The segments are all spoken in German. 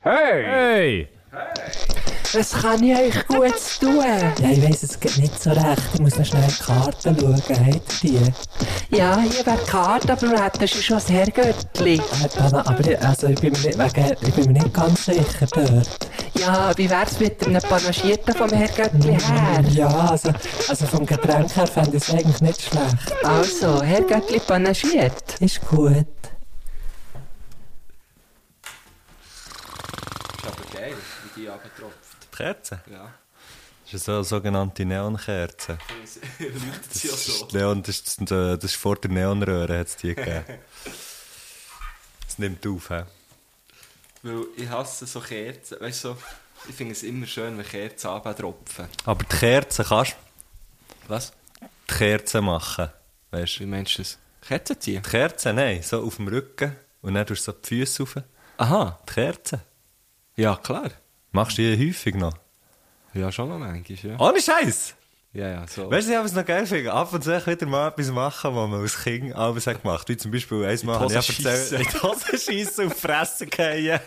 Hey! Hey! Was kann ich euch gut tun? Ja, ich weiss es geht nicht so recht. Ich muss noch schnell in die Karten schauen. Hat ihr die? Ja, hier wäre die Karte, aber du hättest schon das Herrgöttli. Hat Anna, aber ich, also ich, bin mir nicht, wegen, ich bin mir nicht ganz sicher dort. Ja, wie wär's mit einem Panagierten vom Herrgöttli her? Ja, also, also vom Getränk her fände ich es eigentlich nicht schlecht. Also, Herrgöttli panagiert. Ist gut. Ist aber geil, wie die abgetropft. Die Kerze? Ja. Das ist so eine sogenannte Neonkerze. Das läutet Das, ja so. ist Neon, das, ist, äh, das ist vor der Neonröhre, hat es die gegeben. Das nimmt auf, hä? Weil ich hasse so Kerzen. Weißt du, so, ich finde es immer schön, wenn Kerzen abtropfen. Aber die Kerze kannst du Was? die Kerze machen. Weißt Wie du? meinst du das? Kerzen ziehen? Die Kerze, nein, so auf dem Rücken. Und dann tust du so die Füße rauf. Aha. Die Kerze. Ja, klar. Machst du die häufig noch? Ja, schon noch manchmal, ja. Ohne Scheiß! Ja, ja, so. Weißt du, ich habe es noch geil finde. Ab und zu wieder mal etwas machen, was man als Kind abends hat gemacht hat. Wie zum Beispiel einmal habe ich Die Hose ja erzählt, in die Hose schiessen und fressen gehen.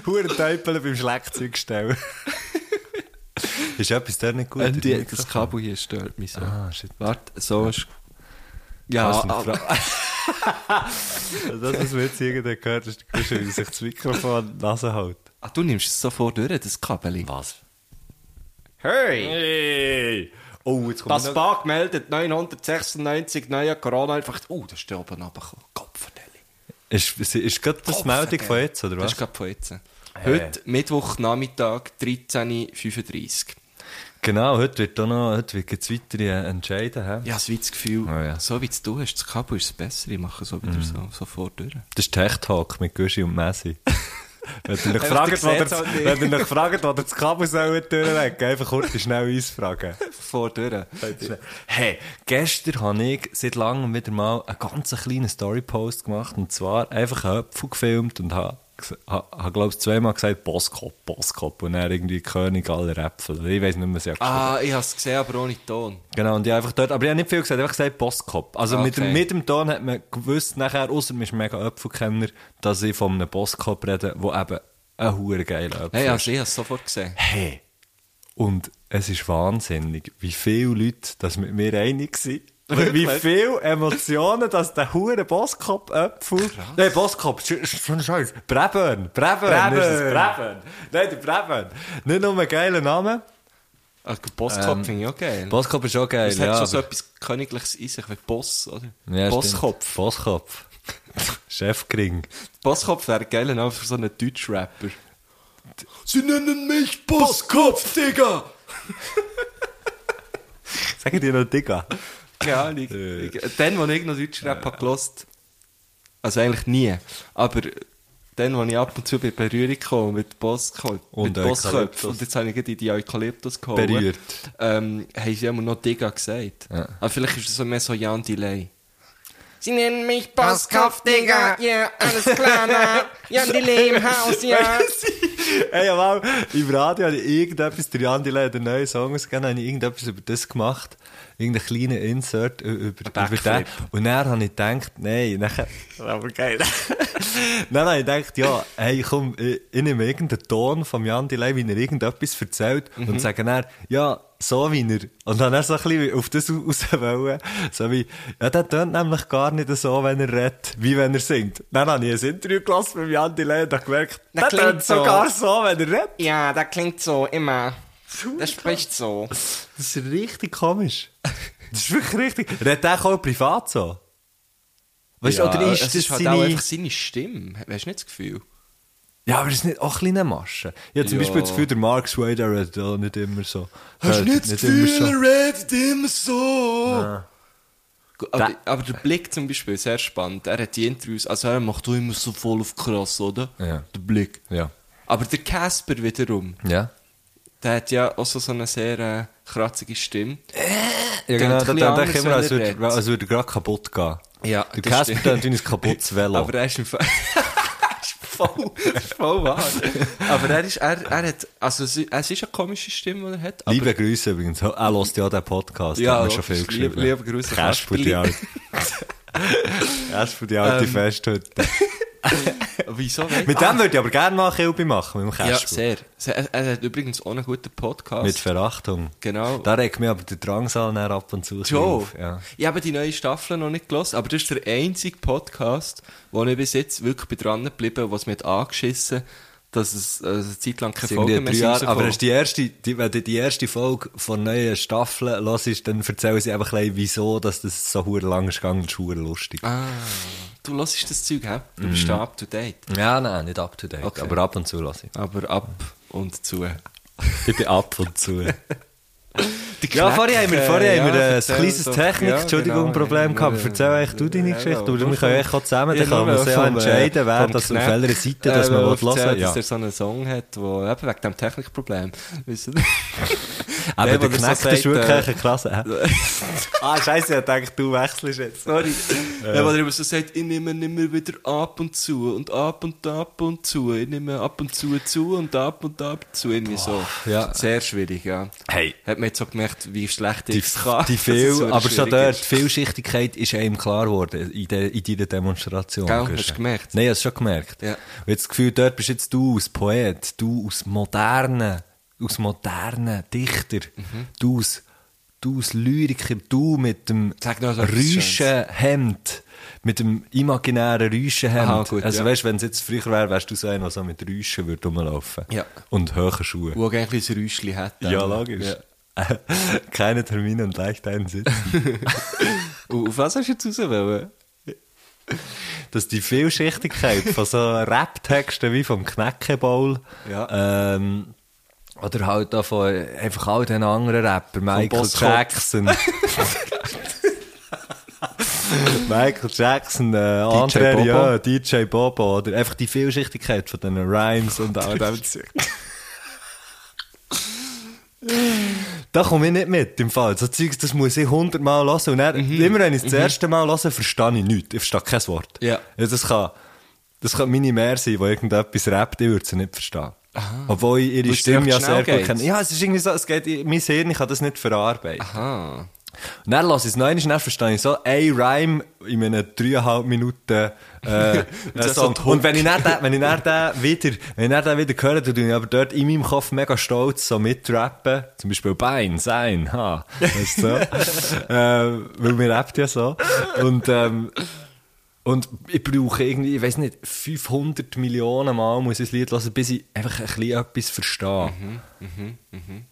Huren Teupeln beim Schleckzeug stellen. ist etwas der nicht gut? Also Ähm, die- Oder? das Kabel hier stört mich so. Ah, shit. Warte, so ist... Ja, ah, Was für eine aber- Das, was wir jetzt irgendwann gehört ist der Kuschel, wie sich das Mikrofon an die Nase hält. ah, du nimmst es sofort durch, das Kabel. Was? Hey! Hey! Oh, jetzt kommt Das noch- Bug meldet 996 neuer Corona einfach... Oh, das ist da oben runtergekommen. Kopfverdelli. Ist, ist, ist gerade das die Meldung von jetzt, oder Das was? ist gerade von jetzt. Heute, Mittwochnachmittag, 13.35 Uhr. Genau, heute wird auch noch, heute wird es weitere äh, entscheiden. hä? Oh, Ja, Mhm. so wie das Gefühl, Ah, ja. so wie es du hast, das Kabel ist das Bessere. Ich mache so wieder so, sofort durch. Das ist Tech Talk mit Gushi und Messi. wenn ihr euch Einfach, fragt, ihr wo ihr, seht's halt nicht. wenn ihr euch fragt, wo ihr das Kabel soll durchlegen einfach kurz schnell uns fragen. Vor durch. Hey, gestern habe ich seit langem wieder mal einen ganz kleinen Story-Post gemacht. Und zwar einfach einen Apfel gefilmt und habe, gese- ha- habe glaube ich, zweimal gesagt, Boskop, Boskop. Und dann irgendwie König aller Äpfel. Ich weiß nicht mehr, was ich geschrieben habe. Ah, ich habe es gesehen, aber ohne Ton. Genau, und ich einfach dort, aber ich habe nicht viel gesagt, einfach gesagt Bosskopf. Also mit, dem, Okay. mit dem Ton hat man gewusst nachher, außer man ist mega Apfelkenner, dass ich von einem Bosskopf rede, wo eben ein hure geiler Apfel Nein, ist. also ich habe es sofort gesehen. Hey! Und es ist wahnsinnig, wie viele Leute das mit mir einig sind. Und Wie viele Emotionen, dass der hure Bosskopf Apfel. Nein, Bosskopf, sch- sch- schon Scheiß. Brabern, Brabern, ist es Brabern. Nein, der Brabern. Nicht nur ein geiler Name. Ah, Bosskopf Ähm, finde ich auch geil. Bosskopf ist auch geil. Es hat ja, schon so aber- etwas Königliches in sich, wie Boss, oder? Ja, Bosskopf. stimmt. Bosskopf. Chefkring. Bosskopf wäre geil, aber für so einen Deutschrapper. Sie nennen mich Bosskopf, Digga! Sagen die noch Digga? Ja, ich, ich, dann, wo ich noch Deutschrap habe gelost, also eigentlich nie, aber dann, wo ich ab und zu bei Berührung komme mit Bosskopf, Und mit Bosskopf, Eukalyptus. und jetzt habe ich gerade in die Eukalyptus geholt, Berührt. ähm, haben sie immer noch Digga gesagt. Ja. Aber vielleicht ist das so mehr so Jan Delay. Sie nennen mich Bosskopf, Digga, ja, alles klar, na. Jan Delay im Haus, ja. Ey, aber im Radio habe ich irgendetwas, der Jan Delay hat einen neuen Song ausgegeben, habe ich irgendetwas über das gemacht. Irgendeinen kleinen Insert ü- über, über den. Backflip. Und dann habe ich gedacht, nein, nachher. Aber geil. dann habe ich gedacht, ja, hey, komm, ich, ich nehme irgendeinen Ton vom Jan Delay, wie er irgendetwas erzählt, Mhm. und sage dann, ja, so wie er. Und dann habe ich so ein bisschen auf das rausgewählt, so wie, ja, der tönt nämlich gar nicht so, wenn er redet, wie wenn er singt. Dann habe ich ein Interview gelassen mit dem Jan Delay und habe gemerkt, Der der klingt tönt sogar so, wenn er redet. Ja, das klingt so, immer. Das spricht so. Das ist richtig komisch. Das ist wirklich richtig. Redet der auch privat so? Weißt du, oder ist es das ist halt auch seine... einfach seine Stimme. Hast du nicht das Gefühl? Ja, aber das ist nicht auch ein kleiner Masche. Ich habe zum Ja. Beispiel das Gefühl, der Mark Schweider redet auch nicht immer so. Redet Halt, so. redet immer so. Aber, aber der Blick zum Beispiel, sehr spannend. Er hat die Interviews, also er macht auch immer so voll auf krass, oder? Ja. Der Blick. Ja. Aber der Casper wiederum, Ja. der hat ja auch so so eine sehr äh, kratzige Stimme. Ja, Tönt genau, ein da bisschen denke ich anders, immer, als wenn er würde, redet. als würde er gerade kaputt gehen. Ja, Der das Casper stimmt. tönt wie ein kaputtes Velo. Aber er ist im Fall. Er ist voll, er ist voll wahr. Aber er ist, er, er hat, also es ist- es ist eine komische Stimme, die er hat. Aber Liebe Grüße übrigens. Er lässt ja den Podcast. Ja, da haben wir schon viel lieb- geschrieben. liebe Grüße, Casper, die Kasperli. Ähm, alte. Casper, die alte Festhütte. Wieso? weiss- Mit dem würde ich aber gerne mal Kilbe machen, mit dem Ah. Ja, Kästchen. sehr. Er, er hat übrigens auch einen guten Podcast. mit Verachtung. Genau. Da regt mich aber der Drangsal dann ab und zu ein bisschen Joe. auf. Ja. Ich habe die neue Staffel noch nicht gelesen, aber das ist der einzige Podcast, wo ich bis jetzt wirklich bin dran geblieben was mir hat angeschissen dass es äh, eine Zeit lang keine Es sind Folge mehr irgendwie drei Jahre, rauskommen. aber hast du die erste, die, wenn du die erste Folge von neuer Staffel hörst, dann erzählen sie einfach ein bisschen, wieso dass das so hure lang ist gegangen und ist hure lustig. Ah, du hörst das Zeug, hä? Mhm. Du bist da up to date. Ja, nein, nicht up to date, Okay. aber ab und zu lasse ich. Aber ab und zu. Ich bin ab und zu. Die Ja, vorher haben wir, Knäcke, vorher haben wir ja, ein erzähl kleines doch. Ja, Technik-Entschuldigung, genau, Problem ja, gehabt. Aber ja, erzähl eigentlich du deine ja, Geschichte. ja, Oder wir nur können vom- eigentlich auch zusammen, dann Ich kann nur man sich vom, auch äh, entscheiden, wer vom das auf Knäcke, welcher Seite das man äh, hören erzählt, will. Dass Ja. er so einen Song hat, wo, eben wegen dem Technikproblem. Weißt du? Aber Der, der der so Knack ist sagt, wirklich äh, eine Klasse. Ah, scheiße, ich dachte, du wechselst jetzt. Sorry. Ja. Aber immer so sagt, ich nehme immer wieder ab und zu und ab und ab und zu. Ich nehme ab und zu zu und ab und ab zu. Irgendwie so. ja. Sehr schwierig, ja. Hey. Hat man jetzt auch gemerkt, wie schlecht Die, ich es kann. die dass es viel, so aber schon schwierig dort, ist. die Vielschichtigkeit ist einem klar geworden in, de, in deiner Demonstration. Gell, Gusten. hast du gemerkt? Nein, hast du schon gemerkt. Ja. Und jetzt das Gefühl, dort bist jetzt du als Poet, du als moderner, als moderner Dichter, Mhm. du, als, du als Lyriker, du mit dem Sag noch so etwas rüschen Hemd, mit dem imaginären rüschen Hemd. Aha, gut, also ja. weißt, wenn es jetzt früher wäre, wärst du so einer, der so mit Rüschen würde rumlaufen. Ja. Und hohen Schuhen. Wo eigentlich ein Räuschchen hat. Ja, logisch. Keine Termine und leicht einsitzen. Und auf was hast du jetzt rausgewählt? dass die Vielschichtigkeit von so Rap-Texten wie vom Knäckebowl Ja. ähm, oder halt da von einfach all den anderen Rapper, Michael Boss Kopp. Jackson. Michael Jackson, äh, André Bobo. Rieu, DJ Bobo, oder einfach die Vielschichtigkeit von den Rhymes und all dem Zeug. Da komme ich nicht mit, im Fall. So Zeugs, das muss ich hundertmal hören. Und dann, Mhm. immer wenn ich es das erste Mal höre, verstehe ich nichts. Ich verstehe kein Wort. Ja. das kann, das kann meine Mär sein, die irgendetwas rappt, ich würde sie nicht verstehen. Obwohl ich ihre Weil's Stimme ja einfach sehr schnell gut kenne. geht. Ja, es ist irgendwie so, es geht, in- mein Hirn ich kann das nicht verarbeiten. Aha. Und dann lasse ich es noch einmal, und dann verstehe ich so ein Rhyme in einem dreieinhalb Minuten äh, äh, das Song. so ein Und wenn ich dann den, wenn ich dann den wieder, wenn ich dann den wieder höre, dann tue ich aber dort in meinem Kopf mega stolz so mitrappen. Zum Beispiel Bein, Sein, Ha. Weißt du so? äh, weil wir rappt ja so. Und, ähm, und ich brauche irgendwie, ich weiß nicht, 500 Millionen Mal muss ich das Lied hören, bis ich einfach ein bisschen etwas verstehe. Mhm,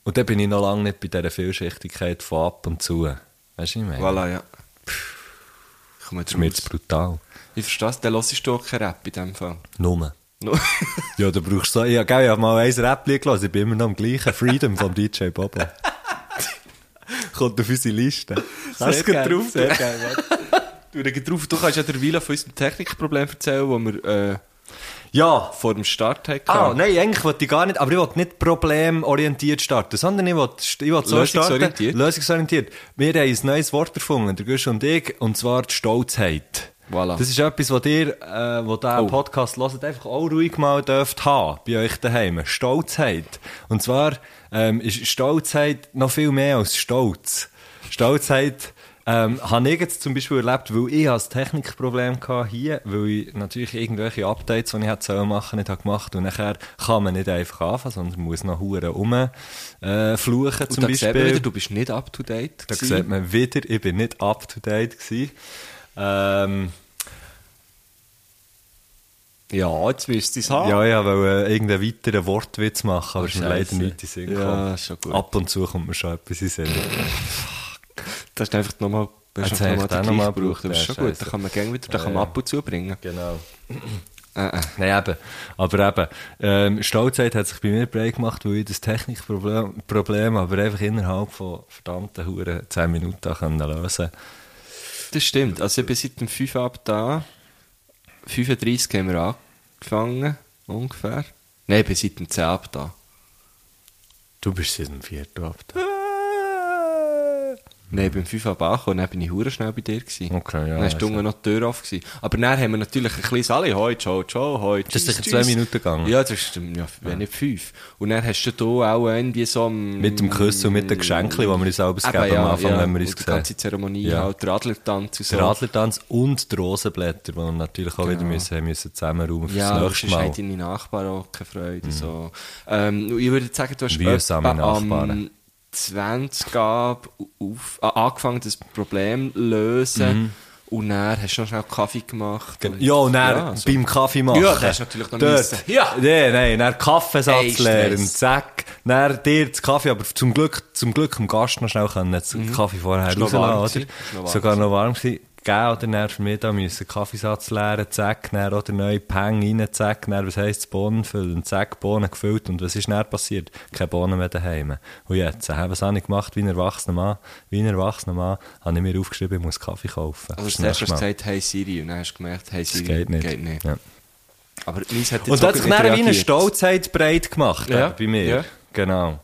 Und dann bin ich noch lange nicht bei dieser Vielschichtigkeit von ab und zu. Weißt du, was ich meine? Voilà, ja. Komm jetzt Das ist mir jetzt raus. brutal. Ich verstehe es, dann hörst du auch keinen Rap in dem Fall. Nur. No. Ja, da brauchst du so. Ja, gell, ich habe mal ein Rap gelesen, ich bin immer noch am gleichen. Freedom vom DJ Bobo. Kommt auf unsere Liste. Hast du es gerne, drauf? sehr Du, reg drauf, du kannst ja der Wila von unserem Technikproblem erzählen, das wir äh, Ja. vor dem Start hatten. Ah, nein, eigentlich wollte ich gar nicht, aber ich wollte nicht problemorientiert starten, sondern ich wollte, st- ich wollte so Lösungsorientiert. starten. Lösungsorientiert. Wir haben ein neues Wort erfunden, der Gusch und ich, und zwar die Stolzheit. Voilà. Das ist etwas, was ihr, äh, wo diesen Oh. Podcast hört, einfach auch ruhig mal dürft haben, bei euch daheim. Stolzheit. Und zwar ähm, ist Stolzheit noch viel mehr als Stolz. Stolzheit ähm, habe ich jetzt zum Beispiel erlebt, weil ich als Technikproblem hatte hier, weil ich natürlich irgendwelche Updates, die ich hätte sollen machen, nicht habe gemacht. Und nachher kann man nicht einfach anfangen, sondern muss noch hure rum äh, fluchen Und zum da sieht man Beispiel. wieder, du bist nicht up to date. Da gewesen. sieht man wieder, ich bin nicht up to date gewesen. Ähm, Ja, jetzt wirst du es haben. Ja, ja, weil äh, irgendeinen weiteren Wortwitz machen, aber es ist mir Ah, leider Scheisse. nicht in den Sinn Ja, gekommen. ist schon gut. Ab und zu kommt mir schon etwas in den Sinn. Das ist einfach nochmal, das Jetzt ist einfach habe nochmal ich den der nochmal gleiche Brauch. Das ist gebraucht, schon ja, gut, da scheisse. kann man gerne wieder, da kann man Ja, ja. ab und zu bringen. genau. Äh, äh. Nein, eben. Aber eben, ähm, Stolzheit hat sich bei mir breit gemacht, weil ich das Technikproblem, Problem aber einfach innerhalb von verdammten Huren 10 Minuten können lösen Das stimmt, also ich bin seit dem 5 ab da, 35 haben wir angefangen, ungefähr. Nein, ich bin seit dem 10 ab da. Du bist seit dem vierten ab. Nein, beim 5 um ab angekommen, dann bin ich hure schnell bei dir gewesen. Okay, ja, also. Dann ist weiss die Unge noch die Tür auf gewesen. Aber dann haben wir natürlich ein kleines Alle, hoi, ciao, ciao, hoi, Das ist tschüss, sicher tschüss. zwei Minuten gegangen. Ja, das ist, ähm, ja, wenn nicht fünf. Und dann hast du da auch irgendwie so am- Mit dem Küssen und mit den Geschenken, die wir uns selber Eben, geben am Anfang, wenn wir uns Und Die ganze sehen. Zeremonie, Ja. halt, der Adlertanz und so. Der Adlertanz und die Rosenblätter, die wir natürlich auch wieder müssen, müssen zusammenräumen fürs ja, nächste Ja, Mal. Mhm. sonst haben deine Nachbarn auch keine Freude. So. Ähm, und ich würde jetzt sagen, du hast Mühsame etwa am Nachbarn. 20 ab auf, äh, angefangen, das Problem zu lösen. Und dann hast du noch schnell Kaffee gemacht. Mhm. Gen- Ja, und dann so. beim Kaffee machen. Genau. Ja, das hast du natürlich noch Dort. müssen. Ja. Nein, nein, dann Kaffeesatz Ey, Stress. leeren, zack. Dann dir das Kaffee, aber zum Glück, zum Glück dem Gast noch schnell können, den Kaffee vorher Mhm. Ist noch warm rauslassen, gewesen. Ist oder? noch warm Sogar noch warm gewesen. Gegeben oder dann für mich da müssen Kaffeesatz leeren, zack, dann oder neue Peng rein, zack, dann was heisst das Bohnen füllen, zack, Bohnen gefüllt und was ist dann passiert? Keine Bohnen mehr daheim. Und jetzt, äh, was habe ich gemacht wie ein erwachsener Mann? Wie ein erwachsener Mann habe ich mir aufgeschrieben, ich muss Kaffee kaufen. Also Fürs zuerst hast du nächste Mal. gesagt, hey Siri, und dann hast du gemerkt, hey Das Siri, geht nicht. Ja. Aber meins hat jetzt Und auch das hat sich nicht dann wie eine reagiert. Stolzheit breit gemacht Ja. äh, bei mir. Ja. Genau.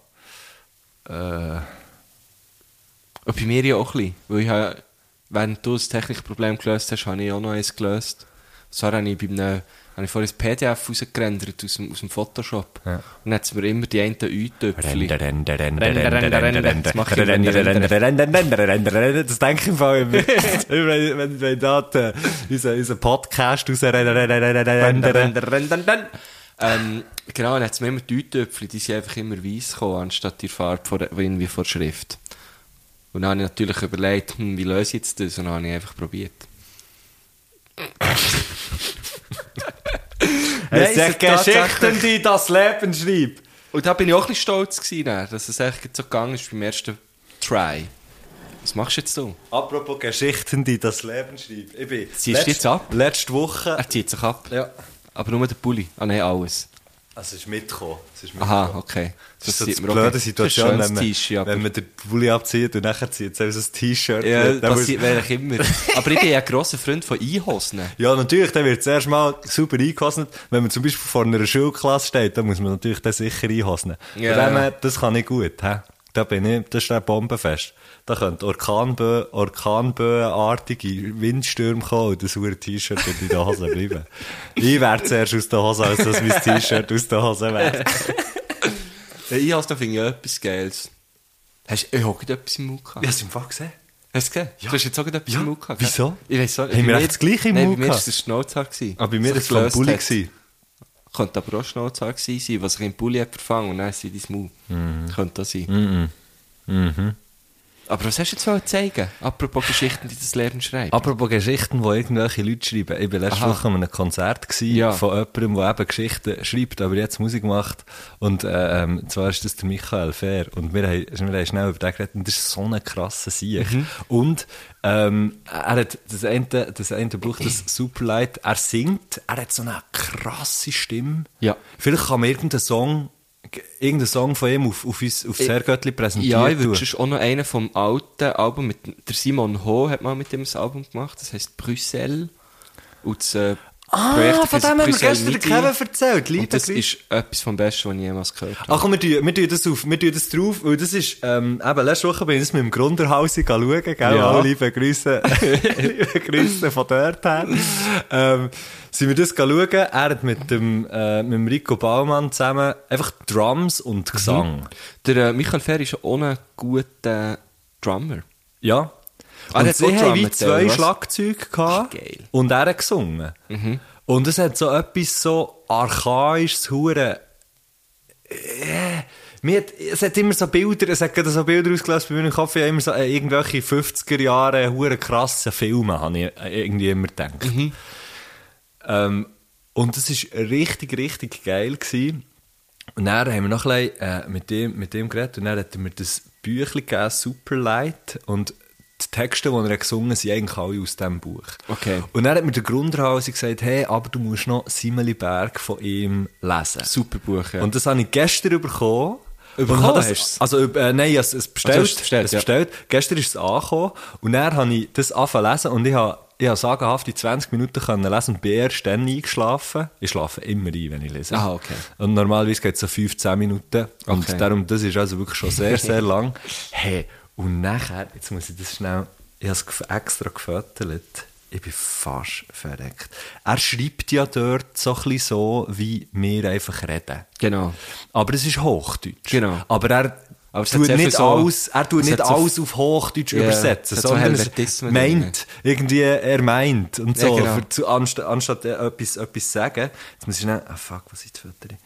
Und bei mir ja auch ein bisschen. Weil ich habe, während du das technische Problem gelöst hast, habe ich auch noch eins gelöst. Zwar habe ich, bei einem, habe ich vorhin ein PDF rausgerendert aus dem, aus dem Photoshop. Ja. Und dann hat es mir immer die einen Eintöpfchen. Das mache ich immer, wenn ich Das denke ich im Fall immer. wenn, wenn, wenn da die, unser, unser Podcast raus... Ähm, genau, dann hat es mir immer die Eintöpfchen, die sind einfach immer weiss gekommen, anstatt die Farbe von, der- irgendwie von der Schrift. Und dann habe ich natürlich überlegt, hm, wie löse ich jetzt das? Und dann habe ich einfach probiert. Es Nein, sind es ist Geschichten, die das Leben schreibt. Und da bin ich auch ein bisschen stolz gewesen, dann, dass es eigentlich so gegangen ist beim ersten Try. Was machst du jetzt so? Apropos Geschichten, die das Leben schreibt. Ich bin... Ziehst du jetzt ab? Letzte Woche... Er zieht sich ab. Ja. Aber nur der Pulli. Ah nein, alles. Also es ist mitgekommen. Es ist Aha, okay. Das ist so sieht eine man auch blöde nicht. Situation, Das wenn ist ein man, schönes T-Shirt, aber- wenn man den Pulli abzieht und nachher zieht es so ein T-Shirt. Ja, Dann muss- passiert wäre ich immer. Aber ich bin ja ein grosser Freund von Einhosen. ja, natürlich, dann wird es erstmal super eingehosnet. Wenn man zum Beispiel vor einer Schulklasse steht, dann muss man natürlich dann sicher einhosnen. Ja. Von dem her, das kann ich gut. He? Da bin ich, das ist ein Bombenfest. Da können Orkanbö orkanböenartige Windstürme kommen und das hure T-Shirt wird in der Hose bleiben. ich wäre zuerst aus der Hose, als dass mein T-Shirt aus der Hose wäre. Einhosen finde ich etwas Geiles. Hast du ich habe gerade etwas im Mund gehabt? hab's im Fall gesehen. Hast du gesehen? Du hast jetzt auch gerade etwas Ja. im Mund gehabt. gell? Wieso? Ich weiß auch nicht. Bei Haben wir mir- echt das Gleiche im Nein, Mund Bei mir war gehabt? es ein Schnauzhaar. gewesen, Aber bei das sich mir war es vom gelöst Pulli. hat. gewesen. Könnte aber auch Schnauzhaar gewesen sein, was sich im Pulli hat verfangen und dann sind dein Maul. Mhm. Könnte das sein. Aber was hast du jetzt mal zeigen? Apropos Geschichten, die das Lernen schreibt. Apropos Geschichten, die irgendwelche Leute schreiben. Ich war letzte Aha. Woche an einem Konzert gewesen Ja. von jemandem, der eben Geschichten schreibt, aber jetzt Musik macht. Und äh, ähm, zwar ist das der Michael Fair. Und wir haben, wir haben schnell über den geredet. Und das ist so ein krasser Sieg. Mhm. Und ähm, er hat das eine, das eine Buch, das Superlight, er singt, er hat so eine krasse Stimme. Ja. Vielleicht kann man irgendeinen Song, irgendeinen Song von ihm auf, auf, uns, auf Ich- sehr Göttli präsentieren. ja, ich tun. würde sonst auch noch einen vom alten Album mit der Simon Ho hat mal mit dem ein Album gemacht, das heisst Brüssel. Und das äh, Ah, von heisst dem haben wir Brüssel gestern Midi. Kevin erzählt. Liebe Und das Grüße. ist etwas vom Besten, was ich jemals gehört habe. Ach komm, wir tun, wir tun das auf, wir tun das drauf, weil das ist, ähm, eben, letzte Woche bin ich das mit dem Grunderhausi schauen, gell, Ja. alle liebe Grüße, liebe Grüße von dort her, ähm, sind wir das schauen, er hat mit dem, äh, mit dem Rico Baumann zusammen einfach Drums und Gesang. Der äh, Michael Fer ist auch ein guter Drummer. Ja. Ah, und der hat sie auch haben Drum wie erzählt, zwei was? Schlagzeuge gehabt Ach, geil. Mhm. und er hat gesungen. Und es hat so etwas so archaisches Hure. Äh, Mir hat, es hat immer so Bilder, es hat gerade so Bilder ausgelöst bei mir im Kopf, ich habe immer so äh, irgendwelche 50er Jahre hure krasse Filme, habe ich äh, irgendwie immer gedacht. Mhm. Ähm, und es ist richtig, richtig geil gewesen. Und dann haben wir noch ein bisschen, äh, mit, dem, mit dem geredet und dann hat er mir das Büchlein gegeben, Superlight. Und die Texte, die er hat gesungen hat, sind eigentlich alle aus diesem Buch. Okay. Und dann hat mir der Grundrausi gesagt, hey, aber du musst noch Simeli Berg von ihm lesen. Super Buch, ja. Und das habe ich gestern bekommen. Bekommen Und habe hast du es? das, also, äh, nein, ich habe es- es bestellt. Also, du hast es bestellt, es ja. bestellt. Gestern ist es angekommen und dann habe ich das angefangen zu lesen und ich habe, ich habe sagenhafte 20 Minuten können lesen und bin erst dann eingeschlafen. Ich schlafe immer ein, wenn ich lese. Ah, okay. Und normalerweise geht es so 5, 10 Minuten. Und Okay. darum, das ist also wirklich schon sehr, sehr lang. Hey, Und nachher, jetzt muss ich das schnell, ich habe es extra gefüttert. Ich bin fast verreckt. Er schreibt ja dort so ein bisschen so, wie wir einfach reden. Genau. Aber es ist Hochdeutsch. Genau. Aber er Aber es hat tut sehr viel nicht, so- alles, er tut es nicht hat so- alles auf Hochdeutsch Ja, übersetzen, es hat so sondern es Helvetismen meint, irgendwie, er meint und Ja, so, genau. für, zu, anstatt, anstatt äh, etwas, etwas sagen. Jetzt muss ich schnell, ah fuck, was ist das Fütterung?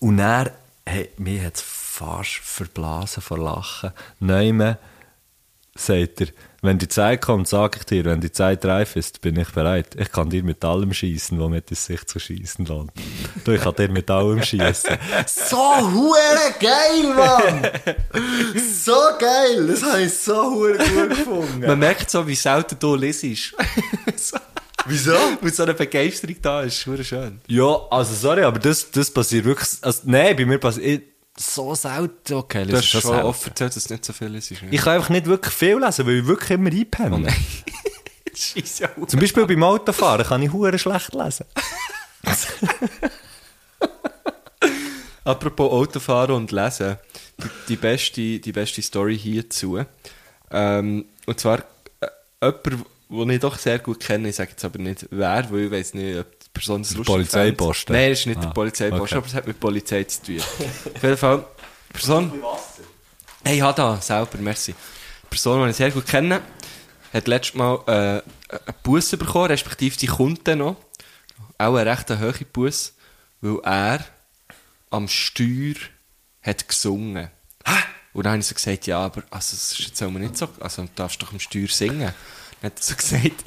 Und er, hey, mir hat es fast verblasen vor Lachen. Neumann sagt er, wenn die Zeit kommt, sage ich dir, wenn die Zeit reif ist, bin ich bereit. Ich kann dir mit allem schießen, womit es sich zu schießen lohnt. Du, ich kann dir mit allem schießen. So hure geil, Mann! So geil! Das habe ich so hure gut gefunden. Man merkt so, wie selten du lesest. so, Wieso? weil so eine Begeisterung da ist. Hure schön. Ja, also sorry, aber das, das passiert wirklich. Also, nein, bei mir passiert so selten. Okay, Du hast das schon selten. oft erzählt, dass es nicht so viel ist. Ich kann einfach nicht wirklich viel lesen, weil ich wirklich immer einpenne. schieße ja Zum Beispiel beim Autofahren kann ich hure schlecht lesen. Apropos Autofahren und Lesen, die, die, beste, die beste Story hierzu. Ähm, und zwar äh, jemand, den ich doch sehr gut kenne, ich sage jetzt aber nicht wer, weil ich weiß nicht, ob die Person das lustig Polizeiposten? fände. Nein, es ist nicht Ah, der Polizeiposten, okay. aber es hat mit Polizei zu tun. Auf jeden Fall, die Person... Hey, ja, da, selber, merci. Die Person, die ich sehr gut kenne, hat letztes Mal äh, einen Bus bekommen, respektive die Kunden noch. Auch einen recht hohen Bus, weil er am Steuer hat gesungen. Und dann habe ich so gesagt, ja, aber also, das ist jetzt auch nicht so, also du darfst doch am Steuer singen. Dann hat er so gesagt,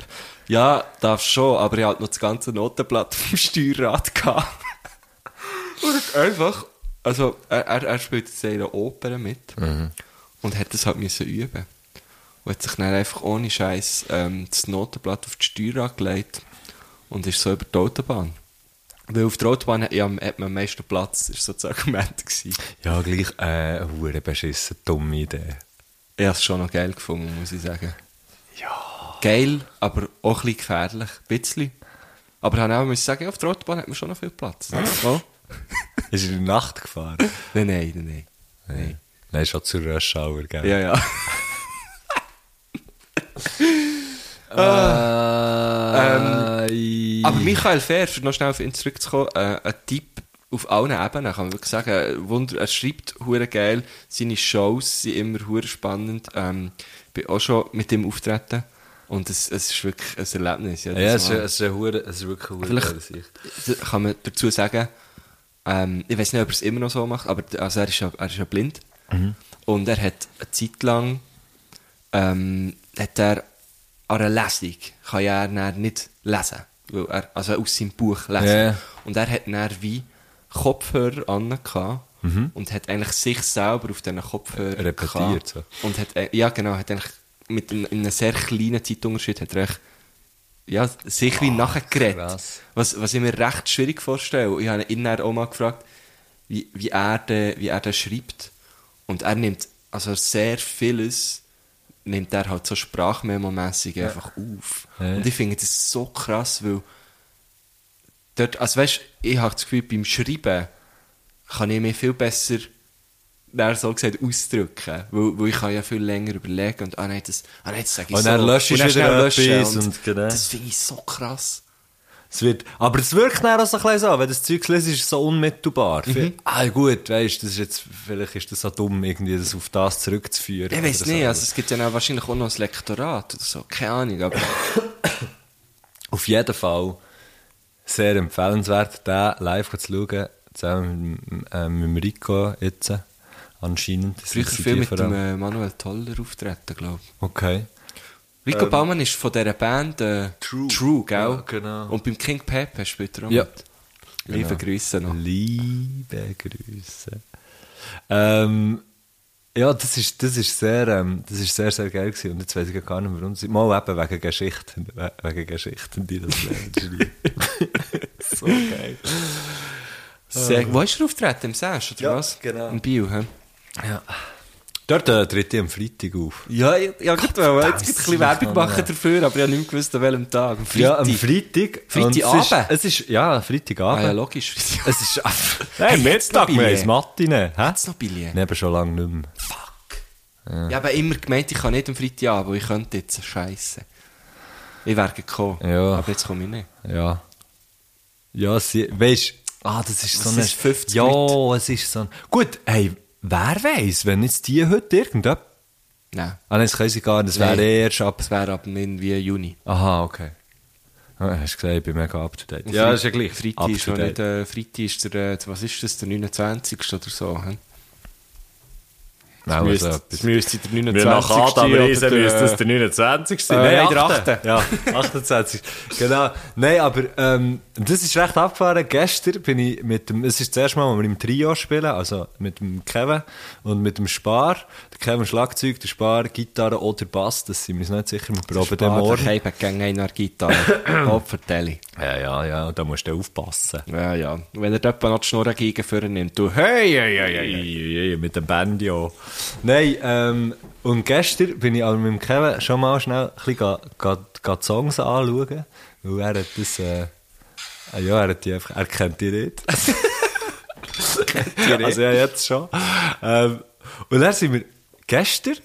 ja, darfst schon, aber ich hatte noch das ganze Notenblatt vom Steuerrad gehabt. Und hat einfach, also er, er, er spielt jetzt in einer Oper mit und hat das halt müssen üben. Und hat sich dann einfach ohne Scheiß ähm, das Notenblatt auf die Steuer angelegt und ist so über die Autobahn. Weil auf der Autobahn hat, ja, hat man am meisten Platz, das war so das Argument. Gewesen. Ja, gleich äh, hure beschissen, dumme Idee. Ich habe es schon noch geil gefunden, muss ich sagen. Ja. Geil, aber auch ein bisschen gefährlich. Ein bisschen. Aber ich musste auch müssen sagen, ja, auf der Autobahn hat man schon noch viel Platz. oh? Ist in der Nacht gefahren? Nein, nein, nein, nein. Nein. Nein, schon zu Röschauer, gell? Ja, ja. Ähm, Ah. Aber Michael Fair, um noch schnell auf ihn zurückzukommen, äh, ein Tipp auf allen Ebenen, kann man wirklich sagen. Äh, Wunder, er schreibt hure geil, seine Shows sind immer hure spannend. Ähm, bin auch schon mit ihm auftreten und es, es ist wirklich ein Erlebnis. jedes ja, es ist, Mal. es ist, eine hure- es ist wirklich eine hure Also, Vielleicht- geile Sicht. kann man dazu sagen, ähm, ich weiß nicht, ob er es immer noch so macht, aber d- also er, ist ja, er ist ja blind. Mhm. Und er hat eine Zeit lang ähm, hat er an einer Lesung kann ja er dann nicht lesen, weil er, also aus seinem Buch lesen. Ja. Und er hat dann wie Kopfhörer an gehabt und hat eigentlich sich selber auf diesen Kopfhörer Mhm. Repetiert, gehabt. so. Und hat, äh, ja genau, hat eigentlich mit einem, in einem sehr kleinen Zeitunterschied hat er echt ja, sich wie nachher geredet. Ah, krass. Was, was ich mir recht schwierig vorstelle. Ich habe ihn dann auch mal gefragt, wie, wie, er den, wie er den schreibt. Und er nimmt also sehr vieles nimmt er halt so sprachmemomässig einfach auf. Ja. Und ich finde das so krass, weil dort, also weißt, ich habe das Gefühl, beim Schreiben kann ich mich viel besser dann so gesagt ausdrücken, weil, weil ich kann ja viel länger überlegen und ah nein, das, ah nein, das sage ich Und so. dann lösche ich dann wieder schnell löschen etwas und genau. Das finde ich so krass. Es wird, aber es wirkt dann auch so ein bisschen so, wenn du das Zeug liest, ist es so unmittelbar. Mhm. Für- Ah, gut, weißt, das ist jetzt, vielleicht ist das so dumm, irgendwie das auf das zurückzuführen. Ich weiß oder so. nicht, also es gibt ja dann wahrscheinlich auch noch ein Lektorat oder so, keine Ahnung, aber Auf jeden Fall sehr empfehlenswert, den live zu schauen, zusammen mit, äh, mit dem Rico jetzt, äh, anscheinend. Das früher sind viel die mit vor dem allem. äh, Manuel Toller auftreten, glaube ich. Okay. Rico Baumann ist von dieser Band äh, True. Ähm, True, gell? Ja, genau. Und beim King Pepe spielt er auch Ja. mit. Liebe Genau. Grüße noch. Liebe Grüße. Ähm, ja, das ist, das ist sehr, ähm, das ist sehr, sehr geil gewesen. Und jetzt weiß ich gar nicht, warum sie, mal eben wegen Geschichten, we- wegen Geschichten, die das lernen. schreiben. so geil. Sehr, wo ist er auftreten? Im Sash, oder Ja, was? genau. In Bio, hä? Dort äh, tritt ich am Freitag auf. Ja, ich, ich wollte gerade ein bisschen Werbung Mann, machen ja. dafür, aber ich habe nicht mehr gewusst, an welchem Tag. Am Ja, am Freitag. Freitag. Und Freitagabend? Es ist, es ist, ja, Freitagabend. Ah ja, logisch. Hat Es ist. Nein, am Mittag, wir haben Billet? es Mattine. Hä? es noch Billet? Nein, aber schon lange nicht mehr. Fuck. Ich habe immer gemeint, ich kann nicht am Freitagabend, aber ich könnte jetzt. Scheiße. Ich wäre gekommen. Ja. Aber jetzt komme ich nicht. Ja. Ja, sie, weißt ah, das ist so Es eine. ist 50 ja, es ist so ein. Gut, hey, wer weiß, wenn jetzt die heute irgendetwas. Nein. Ah, nein, das kann sie gar nicht, das wäre Nein. erst ab. Es wäre ab irgendwie Juni. Aha, okay. Ah, hast du gesehen, ich bin mega up to date. Freitag ist, noch nicht, äh, Freitag ist der, äh, was ist das, der 29. oder so. Hm? äh, Nein, also etwas. müsste der Wie 29. nach Adam oder Riesen der- müsste das der 29 sein. Äh, Nein, in der achte. achten. Ja, 28. genau. Nein, aber ähm, das ist recht abgefahren. Gestern bin ich mit dem, es ist das erste Mal, wo wir im Trio spielen, also mit dem Kevin und mit dem Spar. Der Kevin Schlagzeug, der Spar Gitarre oder Bass, das sind wir uns nicht sicher. Wir proben den Spar, morgen. Ich habe gerne eine Gitarre. Opfertelli. Ja, ja, ja, da musst du aufpassen. Ja, ja. Und Wenn er jemand noch die Schnurrgeige vornimmt, du, hey, hey, hey, hey. Eieiei, Mit dem Band, ja. Nein, ähm, und gestern bin ich aber mit dem Kevin schon mal schnell ein bisschen ga, ga, ga die Songs anschauen, weil er hat das, äh, ah ja, er hat die einfach, er kennt die nicht. also ja, jetzt schon. Ähm, und dann sind wir gestern,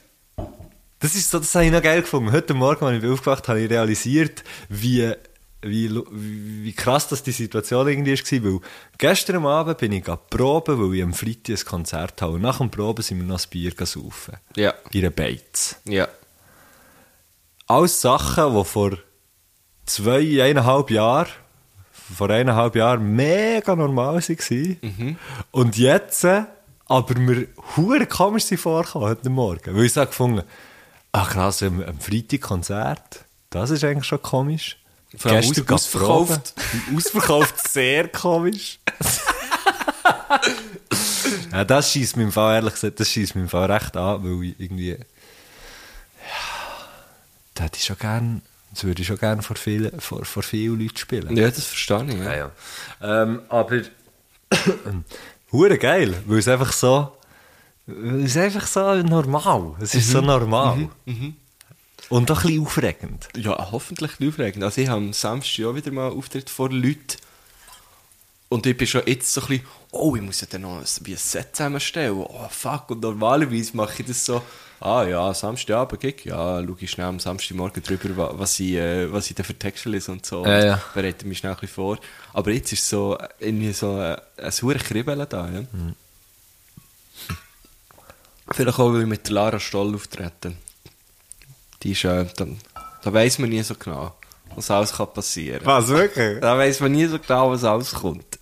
das ist so, das habe ich noch geil gefunden. Heute Morgen, als ich aufgewacht habe, habe ich realisiert, wie, wie, lu- wie krass das die Situation irgendwie war. Weil gestern Abend bin ich gegangen proben, weil ich am Freitag ein Konzert habe. Und nach dem Proben sind wir noch ein Bier saufen. Ja. In einer Beiz. Ja. Alles Sachen, die vor zwei, eineinhalb Jahren, vor eineinhalb Jahren mega normal waren. Und jetzt äh, aber mir hure komisch sie vorkommen heute Morgen. Weil ich so gefunden habe, ach krass, am, am Freitag Konzert, das ist eigentlich schon komisch. Vor allem aus- gerade ausverkauft. proben. Ausverkauft, sehr komisch. ja, das schießt mir im Fall, ehrlich gesagt, das schießt mir im Fall recht an, weil ich irgendwie... Das hätte ich schon gern, das würde ich schon gerne vor vielen, vor, vor vielen Leuten spielen. Ja, das verstehe ich. Ja. Ja, ja. Ähm, aber. Hure geil, weil es einfach so. weil Es ist einfach so normal. Es ist so normal. Mhm. Und auch ein bisschen aufregend. ja, hoffentlich ein bisschen aufregend. Also ich habe am Samstag auch wieder mal einen Auftritt vor Leuten. Und ich bin schon jetzt so ein bisschen, oh, ich muss ja dann noch ein, wie ein Set zusammenstellen. Oh, fuck. Und normalerweise mache ich das so, ah ja, Samstagabend, Gig, ja, schaue ich schnell am Samstagmorgen drüber, wa- was ich, äh, was ich da für Texte lese und so. Ja, ja. Und Bereite mich schnell ein bisschen vor. Aber jetzt ist so, äh, irgendwie so äh, ein hoher Kribbeln da, ja. Mhm. Vielleicht auch, weil ich mit der Lara Stoll auftreten. Die ist, äh, dann, da weiss man nie so genau, was alles kann passieren kann. Was, wirklich? Da weiss man nie so genau, was alles kommt.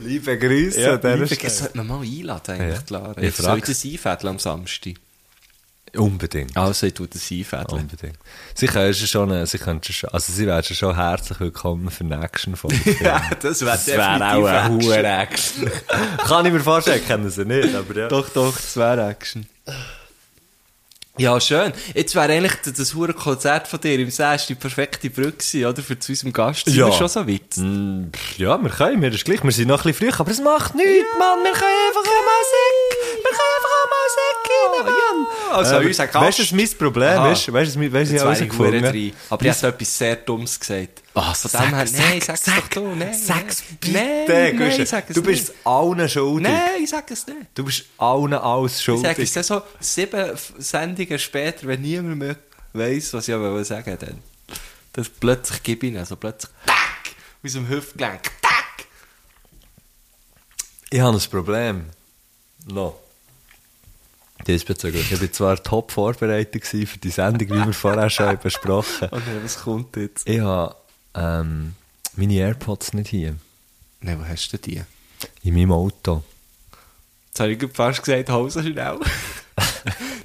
Liebe Grüße Ja, an dieser liebe, Stelle. das sollte man mal einladen, eigentlich, Ja. Lara. Ich Ich soll ich frag's. das einfädeln am Samstag? Unbedingt. Also, ich tue das einfädeln. Unbedingt. Sie können schon, äh, sie können schon, also sie wären schon herzlich willkommen für eine Action-Folge. Ja, das wäre hohe Action. Kann ich mir vorstellen, kennen sie nicht, aber ja. Doch, doch, das wäre Action. Ja, schön. Jetzt wäre eigentlich das, das hure Konzert von dir im Säst die perfekte Brücke gewesen, oder? Für zu unserem Gast. Sind Ja. wir schon so weit? Mm, pff, Ja, wir können, wir ist gleich, wir sind noch ein bisschen früh, aber es macht nichts, Mann, wir können einfach eine Musik, wir können einfach eine Musik rein, Mann. Ah, Ähm, Also, unser Gast- Weißt du, das ist mein Problem, Aha. weißt du, weißt du, was mein- weißt du, Jetzt was wäre ich ich hure herausgefunden drin. Aber ich habe so etwas sehr Dummes gesagt. Ah, Von sag- dem her, nein, sag- sag's doch du, nein. Sag's bitte, nein, Guschen. nein, sag es Du bist nicht. allen schuldig. Nein, ich sag es nicht. Du bist allen alles Ich sage es schuldig. dann so sieben F- Sendungen später, wenn niemand mehr weiss, was ich aber sagen wollte, dann. Das plötzlich gebe ich ihn, also plötzlich tack, aus dem Hüftgelenk, tack. Ich habe ein Problem. No. Diesbezüglich. Ich war zwar top vorbereitet gewesen für die Sendung, wie wir vorher schon besprochen haben. Und dann, was kommt jetzt? Ich habe ähm, meine AirPods nicht hier. Nein, wo hast du die? Jetzt In meinem Auto. habe ich gerade fast gesagt, hol sie schnell.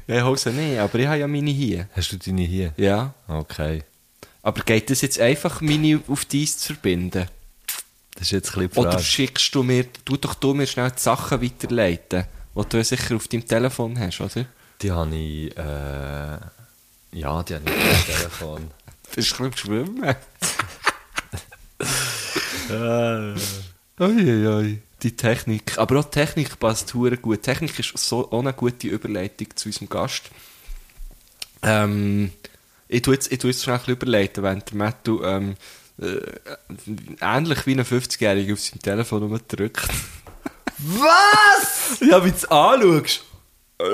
Nein, hol sie nicht, aber ich habe ja meine hier. Hast du deine hier? Ja, Okay. aber geht das jetzt einfach, meine auf dies zu verbinden? Das ist jetzt ein bisschen die Oder Frage. schickst du mir, tu doch du mir schnell die Sachen weiterleiten, die du ja sicher auf deinem Telefon hast, oder? Die habe ich, äh, ja, die habe ich auf dem Telefon. Das ist ein bisschen schwimmen. Äh. Uiuiui, die Technik. Aber auch die Technik passt hure gut. Die Technik ist so auch eine gute Überleitung zu unserem Gast. Ähm, ich tu jetzt, ich tu jetzt schnell ein bisschen überleiten, wenn der Mattu ähm, äh, ähnlich wie ein 50-Jähriger auf seinem Telefon rumdrückt. Was? Ja, wie du es anschaust. Äh.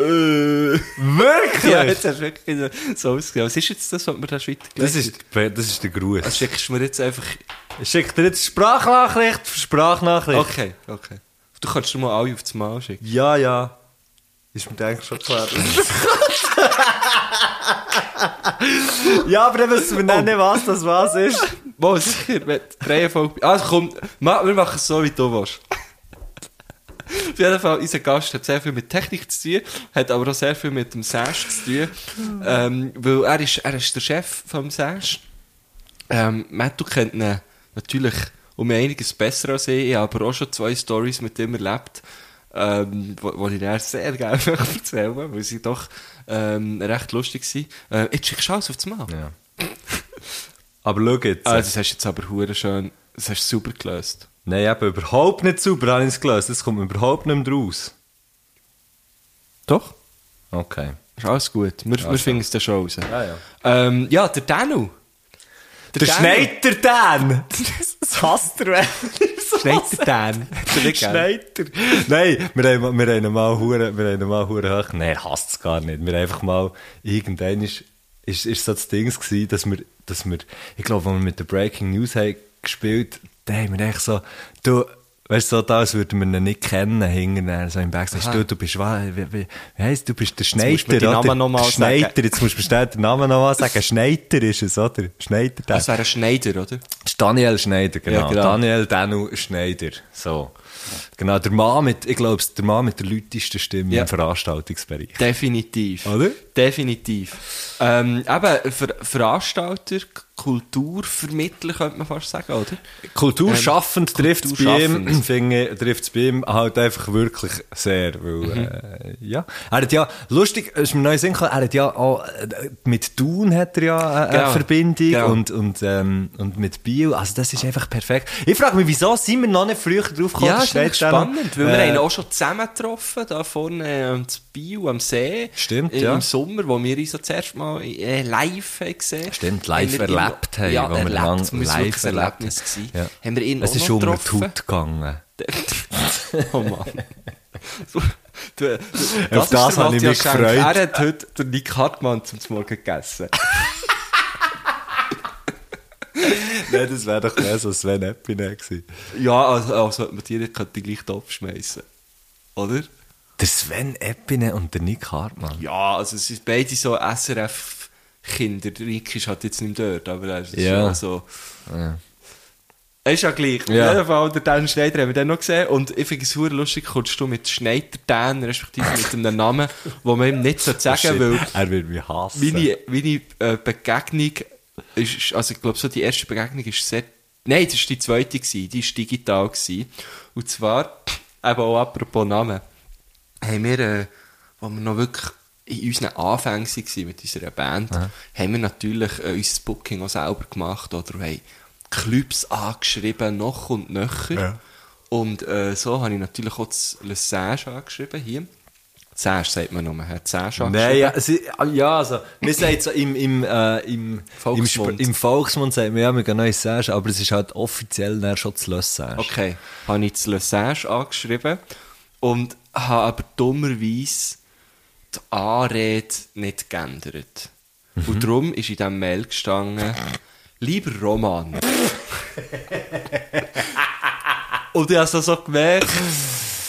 Wirklich? Ja, jetzt hast du wirklich so ausgesehen. Was ist jetzt das, was mir da weitergelegt das, ist, das ist der Das Gruß. schickst du mir jetzt einfach... Schickt dir jetzt Sprachnachricht für Sprachnachricht. Okay, okay. Du kannst dir mal alle auf das Mal schicken. Ja, ja. Ist mir denke schon klar. ja, aber dann wissen wir dann Oh. nicht, was das was ist. Mo, sicher, wenn die Reihenfolge... Also komm, ma, wir machen es so, wie du willst. Auf jeden Fall, unser Gast hat sehr viel mit Technik zu tun, hat aber auch sehr viel mit dem Sash zu tun, ähm, weil er ist, er ist der Chef vom Sash. Ähm, Matt, du kennt ihn natürlich um einiges besser als ich, ich habe aber auch schon zwei Stories mit ihm erlebt, ähm, wo, wo ich dir sehr gerne möchte erzählen möchte, weil sie doch ähm, recht lustig sind. Äh, jetzt schickst du alles auf das Mal. Ja. Aber schau jetzt. Also, das hast du jetzt aber hure schön, das hast du super gelöst. Nein, eben überhaupt nicht sauber habe ich es gelöst. Das kommt überhaupt nicht mehr raus. Doch? Okay. Ist alles gut. Wir, wir finden es dann schon raus. Ja, ja. Ähm, ja, der Danu. Der, Dan. Schneider Dan! Das hasst er, Schneider Dan. Schneider. Nein, wir haben, wir haben ihn mal hure, wir haben ihn mal hure hoch. Nein, er hasst es gar nicht. Wir haben einfach mal, irgendwann ist, ist, ist so das Ding gewesen, dass wir, dass wir, ich glaube, wenn wir mit der Breaking News haben gespielt, da haben wir echt so, du, weißt du, so, da, als würden wir ihn nicht kennen, hinterher, so im Backstage, du, du bist, wa- wie, wie, wie heisst du, du bist der Schneider, musst du mir die Namen oder? noch mal Schneider, sagen. jetzt musst du mir schnell den Namen nochmal sagen. Schneider ist es, oder? Schneider, Dan. Das wäre ein Schneider, oder? Das ist Daniel Schneider, genau. Ja, genau. Daniel Danu Schneider. So. Genau, der Mann mit, ich glaube, der Mann mit der lautesten Stimme Ja. im Veranstaltungsbereich. Definitiv. Oder? Definitiv. Ähm, eben, Ver Veranstalter, K- Kulturvermittler könnte man fast sagen, oder? Kulturschaffend trifft es bei ihm, Kulturschaffend. finde trifft es bei ihm halt einfach wirklich sehr, weil, äh, ja. Er hat ja, lustig, ist mir neu in den Sinn gekommen, er hat ja auch, äh, mit Thun hat er ja äh, Genau. eine Verbindung Genau. und, und, ähm, und mit Bio, also das ist einfach perfekt. Ich frage mich, wieso sind wir noch nicht früher drauf gekommen? ja, dass ist eigentlich Schneider Dan- spannend, weil wir äh, haben ihn auch schon zusammen getroffen, da vorne äh, am Bio, am See. Stimmt, im, ja. Im Sommer, wo wir uns ja zuerst mal äh, live haben gesehen Stimmt, live wir ihn- erlebt haben, Ja, wo wir erlebt, lang es muss live wirklich ein erlebt Erlebnis gewesen. Ja. Haben wir ihn es auch ist um noch unter die getroffen? Haut gegangen. oh Mann. Du, du, das ist der habe ich Matthias mich Schenk. gefreut. Er hat heute den Nick Hartmann zum Morgen gegessen. Nein, das wäre doch mehr so Sven Eppinet gewesen. ja, also, also hat man die nicht könnte gleich Topf schmeißen. Oder? Der Sven Eppinet und der Nick Hartmann. Ja, also es sind beide so SRF-Kinder. Der Nick ist halt jetzt nicht mehr dort, aber er ist Ja. schon so... Er Ist ja gleich. Ja. Auf jeden Fall, der Dan Schneider haben wir dann noch gesehen. Und ich finde es sehr lustig, kommst du mit Schneider Dan, respektive mit einem Namen, den man ihm nicht so sagen Oh, Shit, will. er wird mich hassen. meine, meine äh, Begegnung ist, ist- also ich glaube, so die erste Begegnung ist sehr, nein, das war die zweite, gewesen, die war digital. Gewesen. Und zwar, eben auch apropos Namen, haben wir, äh, wo wir noch wirklich in unseren Anfängen waren mit unserer Band, haben wir natürlich äh, unser Booking auch selber gemacht oder haben Clubs angeschrieben, noch und nöcher. Ja. Und äh, so habe ich natürlich auch das Le Sage angeschrieben hier. Sage sagt man nochmal, hat Sage Nein, ja, sie, ja, also, wir sagen so im, im, äh, im, Volksmund. im, Sp- im Volksmund sagen wir, ja, wir gehen neues Sage, aber es ist halt offiziell dann schon das Lössage. Okay, habe ich das Le Sage angeschrieben und habe aber dummerweise die Anrede nicht geändert. Und darum ist in diesem Mail gestanden, lieber Roman. und ich habe es so gemerkt,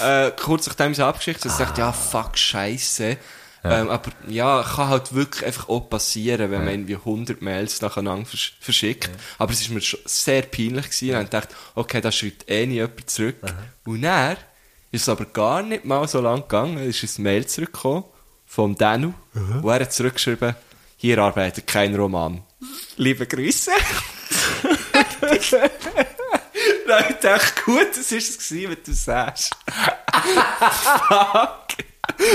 äh, kurz nachdem ich es abgeschickt habe, ich dachte, ja, fuck, scheiße. Ähm, aber ja, kann halt wirklich einfach auch passieren, wenn man irgendwie 100 Mails nacheinander versch verschickt. Aber es ist mir schon sehr peinlich gewesen. Und ich dachte, okay, da schreibt eh nie jemand zurück. Und dann ist es aber gar nicht mal so lang gegangen, ist ein Mail zurückgekommen vom Danu, wo er hat zurückgeschrieben, hier arbeitet kein Roman. Liebe Grüße. Nein, ich dachte, gut, das war es, gewesen, was du sagst. Fuck!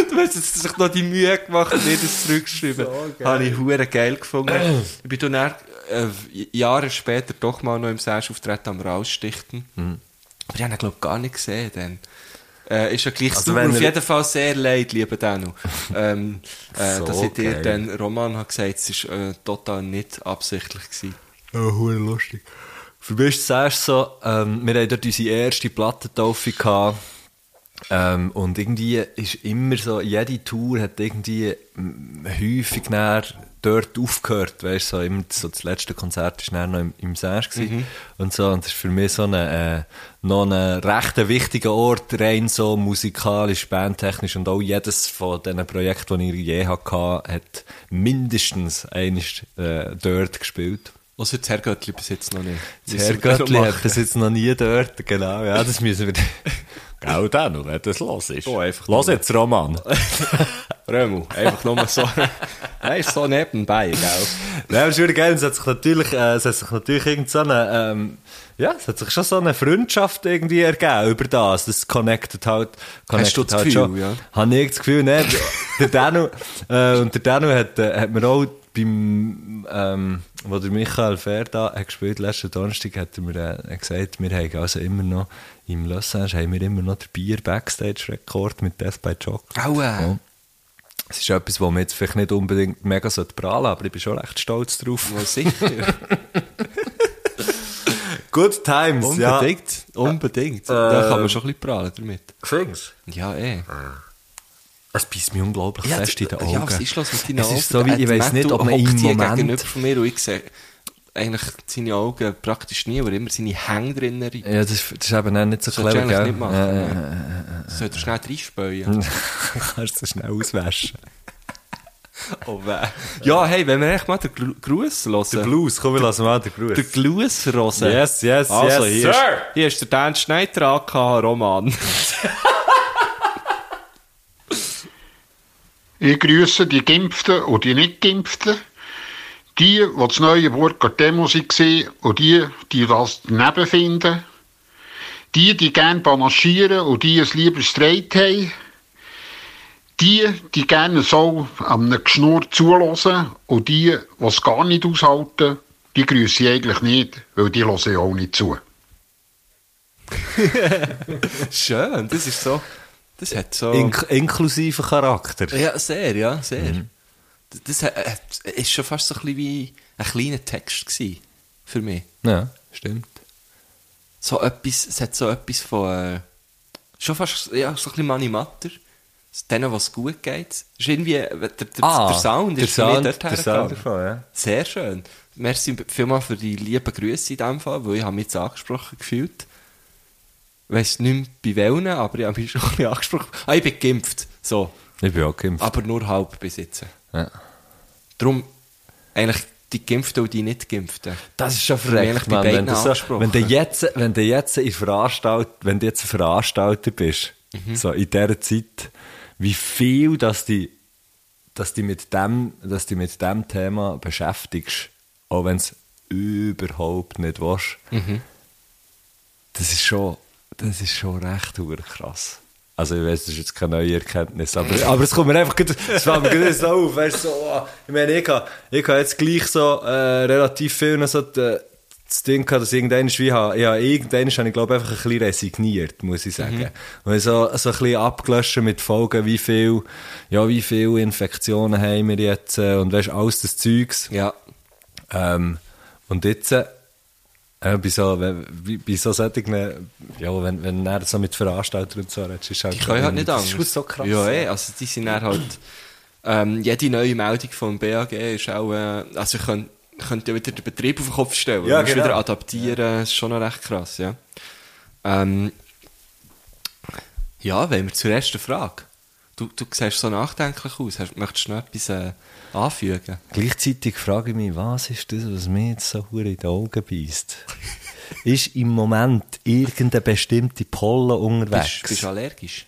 Du hast jetzt sich noch die Mühe gemacht, mir das zurückzuschreiben. Habe ich hure geil gefunden. ich bin dann äh, Jahre später doch mal noch im Sash auftreten am Rausstichten. Aber ich habe ihn, glaube ich, gar nicht gesehen dann. Äh, ist ja gleich, es Also tut mir wenn auf er- jeden Fall sehr leid, lieber Danu, ähm, äh, So dass ich dir geil. dann Roman habe gesagt es war äh, total nicht absichtlich. Gewesen. Ja, hure lustig. Für mich ist es erst so, ähm, wir hatten dort unsere erste Plattentaufe gehabt. Ähm, und irgendwie ist immer so, jede Tour hat irgendwie mm, häufig näher dort aufgehört, weißt du, so, immer so das letzte Konzert war näher noch im, im Sage gewesen und so, und das ist für mich so ein, äh, noch ein recht wichtiger Ort, rein so musikalisch, bandtechnisch und auch jedes von diesen Projekten, die ich je hatte, hat mindestens eines äh, dort gespielt. Außer das Herrgöttli bis jetzt noch nicht. Das Müssen wir Herrgöttli noch hat machen. das jetzt noch nie dort, genau, ja, das müssen wir... Gell, dann, wenn das los ist. Oh, einfach los nur. jetzt, Roman. Römu, einfach nur so. Er ist so nebenbei, gell? Nein, das ist wirklich geil. Es hat sich natürlich, äh, es hat sich natürlich irgend so eine, ähm, ja, es hat sich schon so eine Freundschaft irgendwie ergeben über das. Das connected halt. Connected Hast du das halt Gefühl, schon. ja? Habe ich das Gefühl, ne? der Danu, äh, und der Danu hat, äh, hat mir auch beim, ähm, wo der Michael Ferda hat gespielt, letzten Donnerstag, hat er mir äh, hat gesagt, wir haben also immer noch, im Lausanne haben wir immer noch den Bier-Backstage-Rekord mit Death by Chocolate. Aua. Ja. Es ist etwas, wo man jetzt vielleicht nicht unbedingt mega prahlen sollte, aber ich bin schon recht stolz drauf. Mal sicher. Good times, unbedingt, Äh, unbedingt. Da kann man schon ein bisschen prahlen damit. Fings. Ja, eh. Es beißt mich unglaublich Ja, fest in den Augen. ja, was ist los mit deinen Es Augen? Äh, ist so wie, ich weiss nicht, ob man Matthew im hockt hier Moment... gegenüber von mir und ich sehe eigentlich seine Augen praktisch nie, weil immer seine Hänge drin rein. Ja, das ist, das ist eben auch nicht so Solltest du eigentlich clever, gell? nicht machen, Ja, ja. ja, ja, ja. Sollte er schnell reinspähen. Kannst du schnell auswaschen. Oh, weh. Ja, hey, wenn wir echt mal den Gru- Gruß Der hören. Blues, komm, wir lassen mal den Gruß. Der Glues Rosen. Yes, yes, Also, yes, hier, sir. Ist, hier ist der Dan Schneider AK Roman. Ich grüße die Geimpften und die Nicht-Geimpften. Die, die das neue Burg an der Demo waren und die, die das daneben finden. Die, die gerne panaschieren und die es lieber streit haben. Die, die gerne so am Geschnur zulassen und die, die es gar nicht aushalten, die grüße ich eigentlich nicht, weil die hören ja auch nicht zu. Schön, das ist so. Das hat so. Ink inklusiver Charakter. oh. ja, sehr, ja, sehr. Mhm. D- Das hat- hat- ist schon fast so ein bisschen wie ein kleiner Text gewesen für mich. Ja, stimmt. So etwas, es hat so etwas von. Äh, schon fast ja, so ein bisschen Money Matter. Denen, was gut geht. Es Ist irgendwie, äh, der, der, der Sound Ah, der ist für mich Sound, dort der Sound hergegangen. davon, ja. Sehr schön. Merci vielmals für die lieben Grüße in diesem Fall, weil ich habe mich jetzt angesprochen gefühlt. Ich weiss nicht mehr bei welchen, aber ich habe mich schon ein bisschen angesprochen. Ah, ich bin geimpft. So. Ich bin auch geimpft. Aber nur halb bis jetzt. Ja. Darum eigentlich die Geimpften und die Nicht-Geimpften. Das ist schon Bin eigentlich verreckt, bei Mann. beiden Wenn du, so, angesprochen. wenn du jetzt, wenn du jetzt in Veranstalt, wenn du jetzt ein Veranstalter bist, Mhm. so in dieser Zeit, wie viel, dass die, dass die mit dem, dass die mit dem Thema beschäftigst, auch wenn es überhaupt nicht willst, das ist schon, das ist schon recht hure krass. Also ich weiß, das ist jetzt keine neue Erkenntnis, aber, aber es kommt mir einfach gut, es fällt mir gut so auf, weißt, so, oh, ich meine, ich habe, ich habe jetzt gleich so äh, relativ viel noch so die, das Ding gehabt, dass irgendwann, wie habe, ja, irgendwann habe ich glaube einfach ein bisschen resigniert, muss ich sagen. Und so, so ein bisschen abgelöscht mit Folgen, wie viel, ja, wie viele Infektionen haben wir jetzt äh, und weißt, alles das Zeugs. Ja. Ähm, und jetzt, äh, äh, bei so, wenn- bei, bei so solchen, ja, wenn, wenn er so mit Veranstaltern und so redest, ist halt... Die können halt nicht das anders. ist so krass. Ja, eh, also die sind dann halt... Ähm, jede neue Meldung vom BAG ist auch... Äh, also ich könnte könnt ja wieder den Betrieb auf den Kopf stellen. Ja, Du musst genau. wieder adaptieren, ist schon noch recht krass, ja. Ähm, ja, wenn wir zur ersten Frage. Du, du siehst so nachdenklich aus. Hast, möchtest du noch etwas äh, anfügen? Gleichzeitig frage ich mich, was ist das, was mir jetzt so hure in die Augen beißt? ist im Moment irgendeine bestimmte Pollen unterwegs? Bist, bist halt- du allergisch?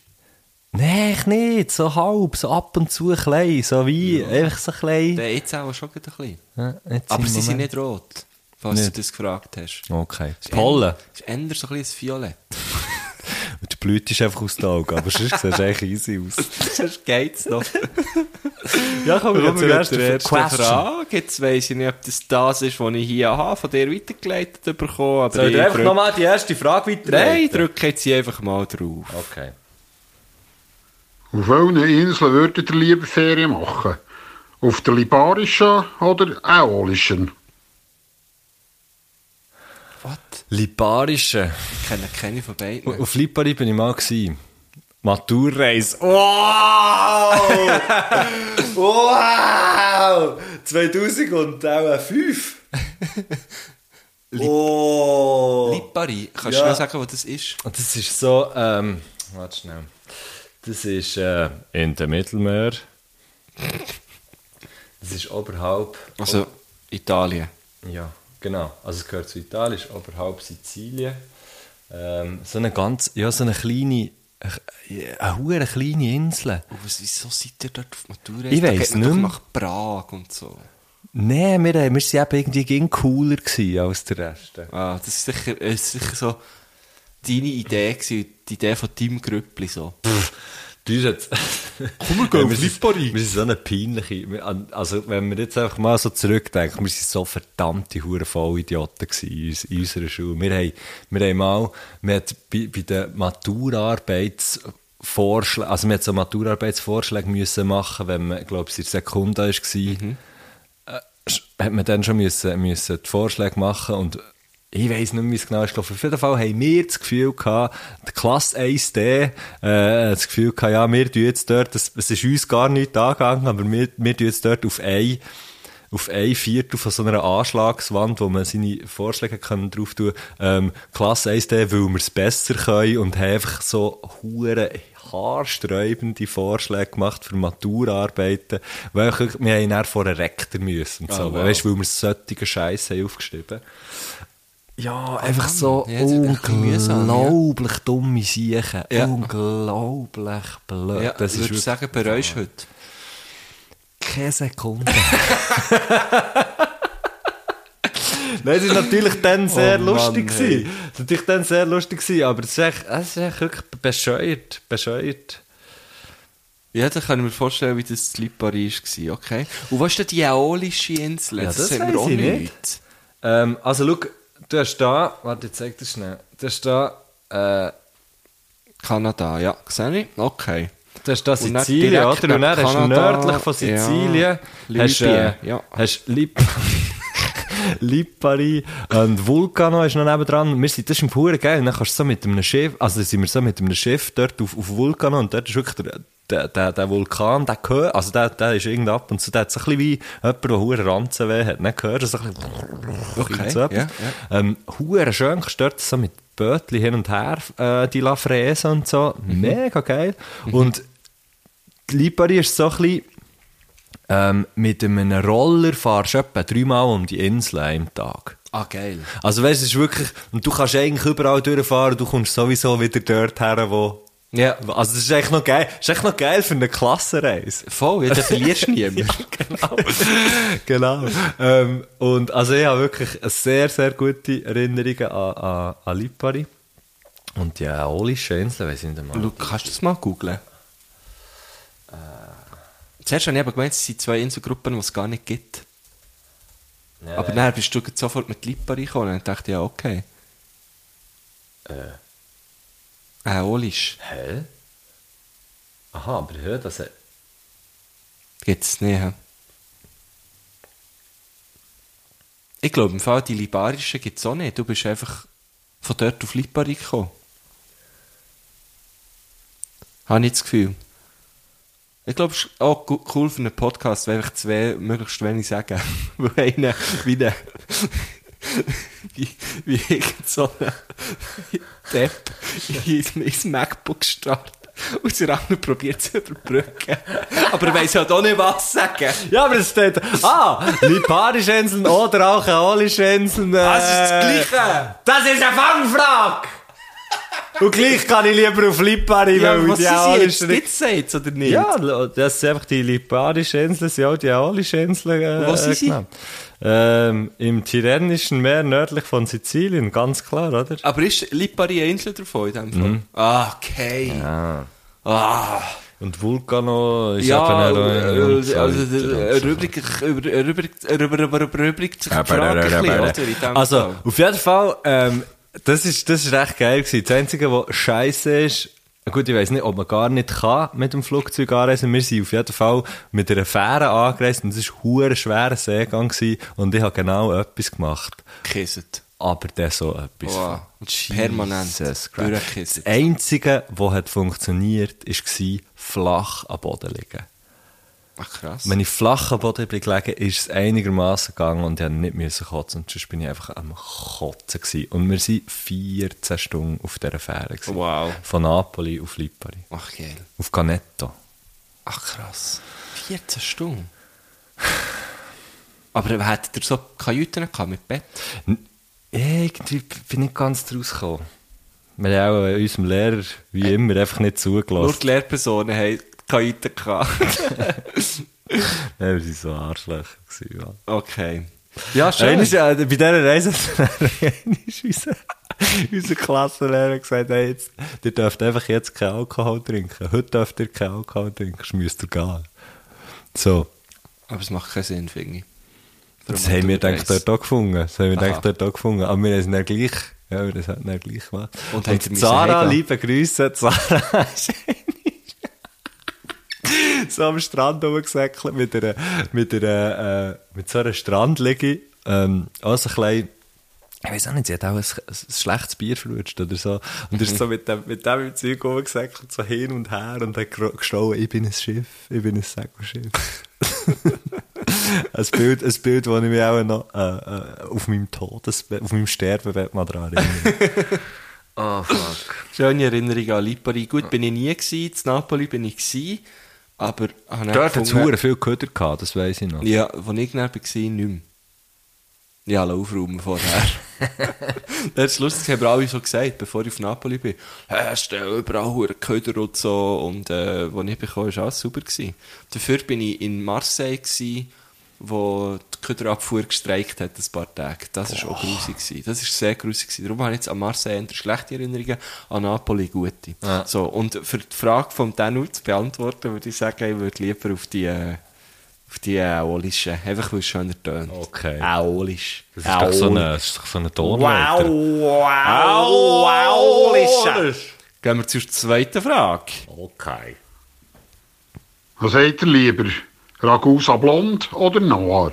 Nein, ich nicht. So halb, so ab und zu klein, so wie, einfach so klein. Der jetzt auch schon gerade ein bisschen. Ja, jetzt Aber im sie sind Moment. nicht rot, falls Nicht. du das gefragt hast. Okay. Pollen. Es ist eher so ein bisschen Violett. Die Blüte ist einfach aus den Augen, aber sonst sieht es eigentlich easy aus. Sonst geht's noch. Oh, Ja, dus komm, Kommen wir zur ersten Question. Frage. Jetzt weiss ich nicht, ob das das ist, was ich hier habe, von dir weitergeleitet bekommen. Aber Soll ich ich dir einfach drück- nochmal die erste Frage weiterleiten? Nein, drücke jetzt hier einfach mal drauf. Okay. Auf welchen Inseln würdet ihr lieber Ferien machen? Auf der Libarischen oder Äolischen? Was? Liparische. Ich kenne keine von beiden. Oh, Auf Lipari bin ich mal gewesen. Maturreis. Wow! wow! 2005! oh! Lipari, kannst Ja. du noch sagen, was das ist? Das ist so, ähm, warte schnell. Das ist äh, in der Mittelmeer. Das ist oberhalb. Also, Italien. Ja, genau. Also es gehört zu Italien, ist oberhalb Sizilien. Ähm, so eine ganz, ja, so eine kleine, eine, eine hure kleine Insel. Und was, wieso seid ihr dort auf Matura? Ich weiss da geht man doch nicht mehr. nach Prag und so. Nein, wir, äh, wir sind eben irgendwie gegen cooler gewesen als der Rest. Ah, das ist sicher, äh, ist sicher so deine Idee gewesen, die Idee von Tim Grüppli so. Du jetzt. Komm, wir gehen auf Lipari. Wir sind so eine peinliche. wir- an- Also, wenn wir jetzt einfach mal so zurückdenken, wir sind so verdammte Huren Vollidioten gewesen in, uns- in unserer Schule. Wir haben, wir haben mal, wir hat bei, bei den Maturarbeitsvorschlägen, also, wir hat so Maturarbeitsvorschläge müssen machen, wenn man, glaube ich, in der Sekunde war. sch- hat man dann schon müssen, müssen die Vorschläge machen und ich weiß nicht, mehr, wie es genau ist gelaufen. Auf jeden Fall haben wir das Gefühl gehabt, die Klasse 1D, äh, das Gefühl gehabt, ja, wir tun jetzt dort, es, es ist uns gar nicht angegangen, aber wir, wir tun jetzt dort auf ein, auf ein Viertel von so einer Anschlagswand, wo man seine Vorschläge können drauf tun, ähm, Klasse 1D, weil wir es besser können und haben einfach so hure haarsträubende Vorschläge gemacht für Maturarbeiten, welche wir haben dann vor einen Rektor müssen und so, Ah, wow. weißt, weil wir solche Scheiße haben aufgeschrieben. Oh Ja, einfach so ja, das ist echt ein bisschen mühsam, ja. unglaublich dumme Siechen. Ja. Unglaublich blöd. Ja, das ist würde wirklich ich sagen, bereust du heute. keine Sekunde. Nein, es war natürlich dann sehr Oh Mann, lustig. hey. gewesen. Es war natürlich dann sehr lustig, gewesen, aber es ist echt, es ist echt wirklich bescheuert. bescheuert. Ja, dann kann ich mir vorstellen, wie das in Lipari war, okay? Und was ist denn die Aolische Insel? Ja, das sagt mir weiss auch ich nicht. nichts. Ähm, also, schau, du hast da, warte, ich zeig dir schnell. Du hast da, äh, Kanada, ja, sehe ich. Okay. du hast da Und dann Sizilien, direkt oder? Und dann nach hast du Kanada, nördlich von ja, Sizilien, hast, äh, Libyen, ja. hast Lip Lipari und Vulcano ist noch nebendran. Wir sind, das ist im Fuhren geil. Und dann kannst du so mit einem Schiff, also sind wir so mit einem Schiff dort auf, auf Vulcano und dort ist wirklich der, der, der, der Vulkan, der gehört, also der, der ist irgendwie ab und zu, der hat so ein bisschen wie jemand, der hohe Ranzenweh hat, nicht gehört, so ein bisschen Okay, so etwas. ja, Ähm, hure schön gestört, so mit Bötli hin und her, äh, die La Fraise und so. Mhm. Mega geil. Und die Lipari ist so ein bisschen, ähm, mit einem Roller fahrst du etwa dreimal um die Insel am Tag. Ah, geil. Also weißt, es ist wirklich, und du kannst eigentlich überall durchfahren, du kommst sowieso wieder dort her, wo... Ja. Also das ist echt noch geil, das ist echt noch geil für eine Klassenreise. Voll, ja, dann verlierst du niemanden. genau. Ähm, und also ich habe wirklich sehr, sehr gute Erinnerungen an, an, an Lipari. Und die Aolische Insel, weiss ich nicht mal. Schau, kannst du das mal googlen? Äh. Zuerst habe ich eben gemeint, es sind zwei Inselgruppen, die es gar nicht gibt. Aber dann bist du gerade sofort mit Lipari gekommen und ich dachte, ja, okay. Äh. Aolisch. Hä? Aha, aber hör, das hat... Gibt es nicht, hä? Ich glaube, im Fall die Libarischen gibt es auch nicht. Du bist einfach von dort auf Lipari gekommen. Habe ich das Gefühl. Ich glaube, es ist auch gu- cool für einen Podcast, wenn ich zwei möglichst wenig sagen. Weil einer wie eine, wie, wie irgend so ein Depp in- ins MacBook startet und der andere probiert zu überbrücken. Aber er weiss halt auch nicht, was sagen. Ja, aber es steht... Ah! Liparische Inseln oder auch Aolische Inseln. Äh, Das ist das Gleiche. Das ist eine Fangfrage! und gleich kann ich lieber auf Lipari, weil was die sie jetzt Aolische... nicht sagt oder nicht? Ja, das ist einfach die Liparische Insel, sind auch die Aolische Insel. Äh, Und wo sind äh, sie? genannt. Ähm, Im Tyrrhenischen Meer nördlich von Sizilien, ganz klar, oder? Aber ist Lipari eine Insel davon in dem Fall? Mhm. Ah, okay. Ah. Ah. Und Vulcano ist Ja, eben äh, also der erübrigt über- erübrigt- erübrigt- erübrigt sich die Frage ein bisschen, oder? In dem Also, Fall. auf jeden Fall, ähm, das ist, das ist echt geil gewesen. Das Einzige, was scheiße ist, gut, ich weiß nicht, ob man gar nicht kann mit dem Flugzeug anreisen. Wir sind auf jeden Fall mit einer Fähre angereist und es war ein schwerer Seegang gewesen und ich habe genau etwas gemacht. Kisset. aber der so etwas. Wow. Permanent. Jesus Christ. Durchgekisselt. Das Einzige, was hat funktioniert, war flach am Boden liegen. Ach krass. Wenn ich flach am Boden bin gelegen, ist es einigermaßen gegangen und ich musste nicht müssen kotzen. Und sonst bin ich einfach am Kotzen. Gewesen. Und wir waren 14 Stunden auf dieser Fähre. Gewesen. Wow. Von Napoli auf Lipari. Ach geil. Auf Canetto. Ach krass. 14 Stunden. Aber hättet ihr so Kajüten gehabt mit Bett? N- Irgendwie b- bin ich nicht ganz draus gekommen. Äh, Wir haben auch äh, unserem Lehrer, wie immer, einfach nicht Nur zugelassen. die Lehrpersonen haben Kajüten gehabt. Ja, wir waren so Arschlöcher. Gewesen, ja. okay. Ja, schön. Einmal, äh, bei dieser Reise hat einmal unser, unser Klassenlehrer gesagt, hey, jetzt, ihr dürft einfach jetzt keinen Alkohol trinken. Heute dürft ihr keinen Alkohol trinken, sonst müsst ihr gehen. So, Aber es macht keinen Sinn, finde ich. Darum das haben wir hat er gedacht, Preis. dort auch gefunden. Das haben wir Aha. gedacht, dort auch gefunden. Aber wir haben es dann gleich, ja, wir haben es dann gleich gemacht. Und habt Und, ihr müssen Zara, heimgehen? liebe Grüße, Zara ist so am Strand rumgesäckelt mit einer, mit einer, äh, mit so einer Strandliege. Ähm, also ein klein, ich weiß auch nicht, sie hat auch ein, ein schlechtes Bier verrutscht oder so. Und ist so mit dem, mit dem im Zeug rumgesäckelt, so hin und her und hat gro- geschrien, ich bin ein Schiff, ich bin ein Segelschiff. ein Bild, ein Bild, das ich mich auch noch äh, äh, auf meinem Todesbett, auf meinem Sterbebett mal dran erinnere. oh, fuck. Schöne Erinnerung an Lipari. Gut, bin ich nie gewesen. In Napoli bin ich gewesen. Aber habe dann Dort hat es gefunden- verdammt viel Köder gehabt, das weiss ich noch. Ja, als ich näher war, nicht mehr. Ja, lass aufräumen vorher. das ist lustig, das haben wir alle so gesagt, bevor ich auf Napoli bin. Hey, stell überall verdammt Köder und so. Und äh, als ich bekam, war alles super. Gewesen. Dafür war ich in Marseille, gewesen, wo die Köderabfuhr gestreikt hat, ein paar Tage. Das war auch grusig. Gewesen. Das war sehr grusig. Gewesen. Darum habe ich jetzt an Marseille eher schlechte Erinnerungen, an Napoli gute. Ja. So, und für die Frage von Danu zu beantworten, würde ich sagen, ich würde lieber auf die... Äh, auf die Äolischen. Einfach weil es schöner tönt. Okay. Äolisch. Das ist doch so eine, das ist doch so eine Tonleiter. wow, Äolisch. Gehen wir zur zweiten Frage. Okay. Was habt ihr lieber? Ragusa blond oder noir?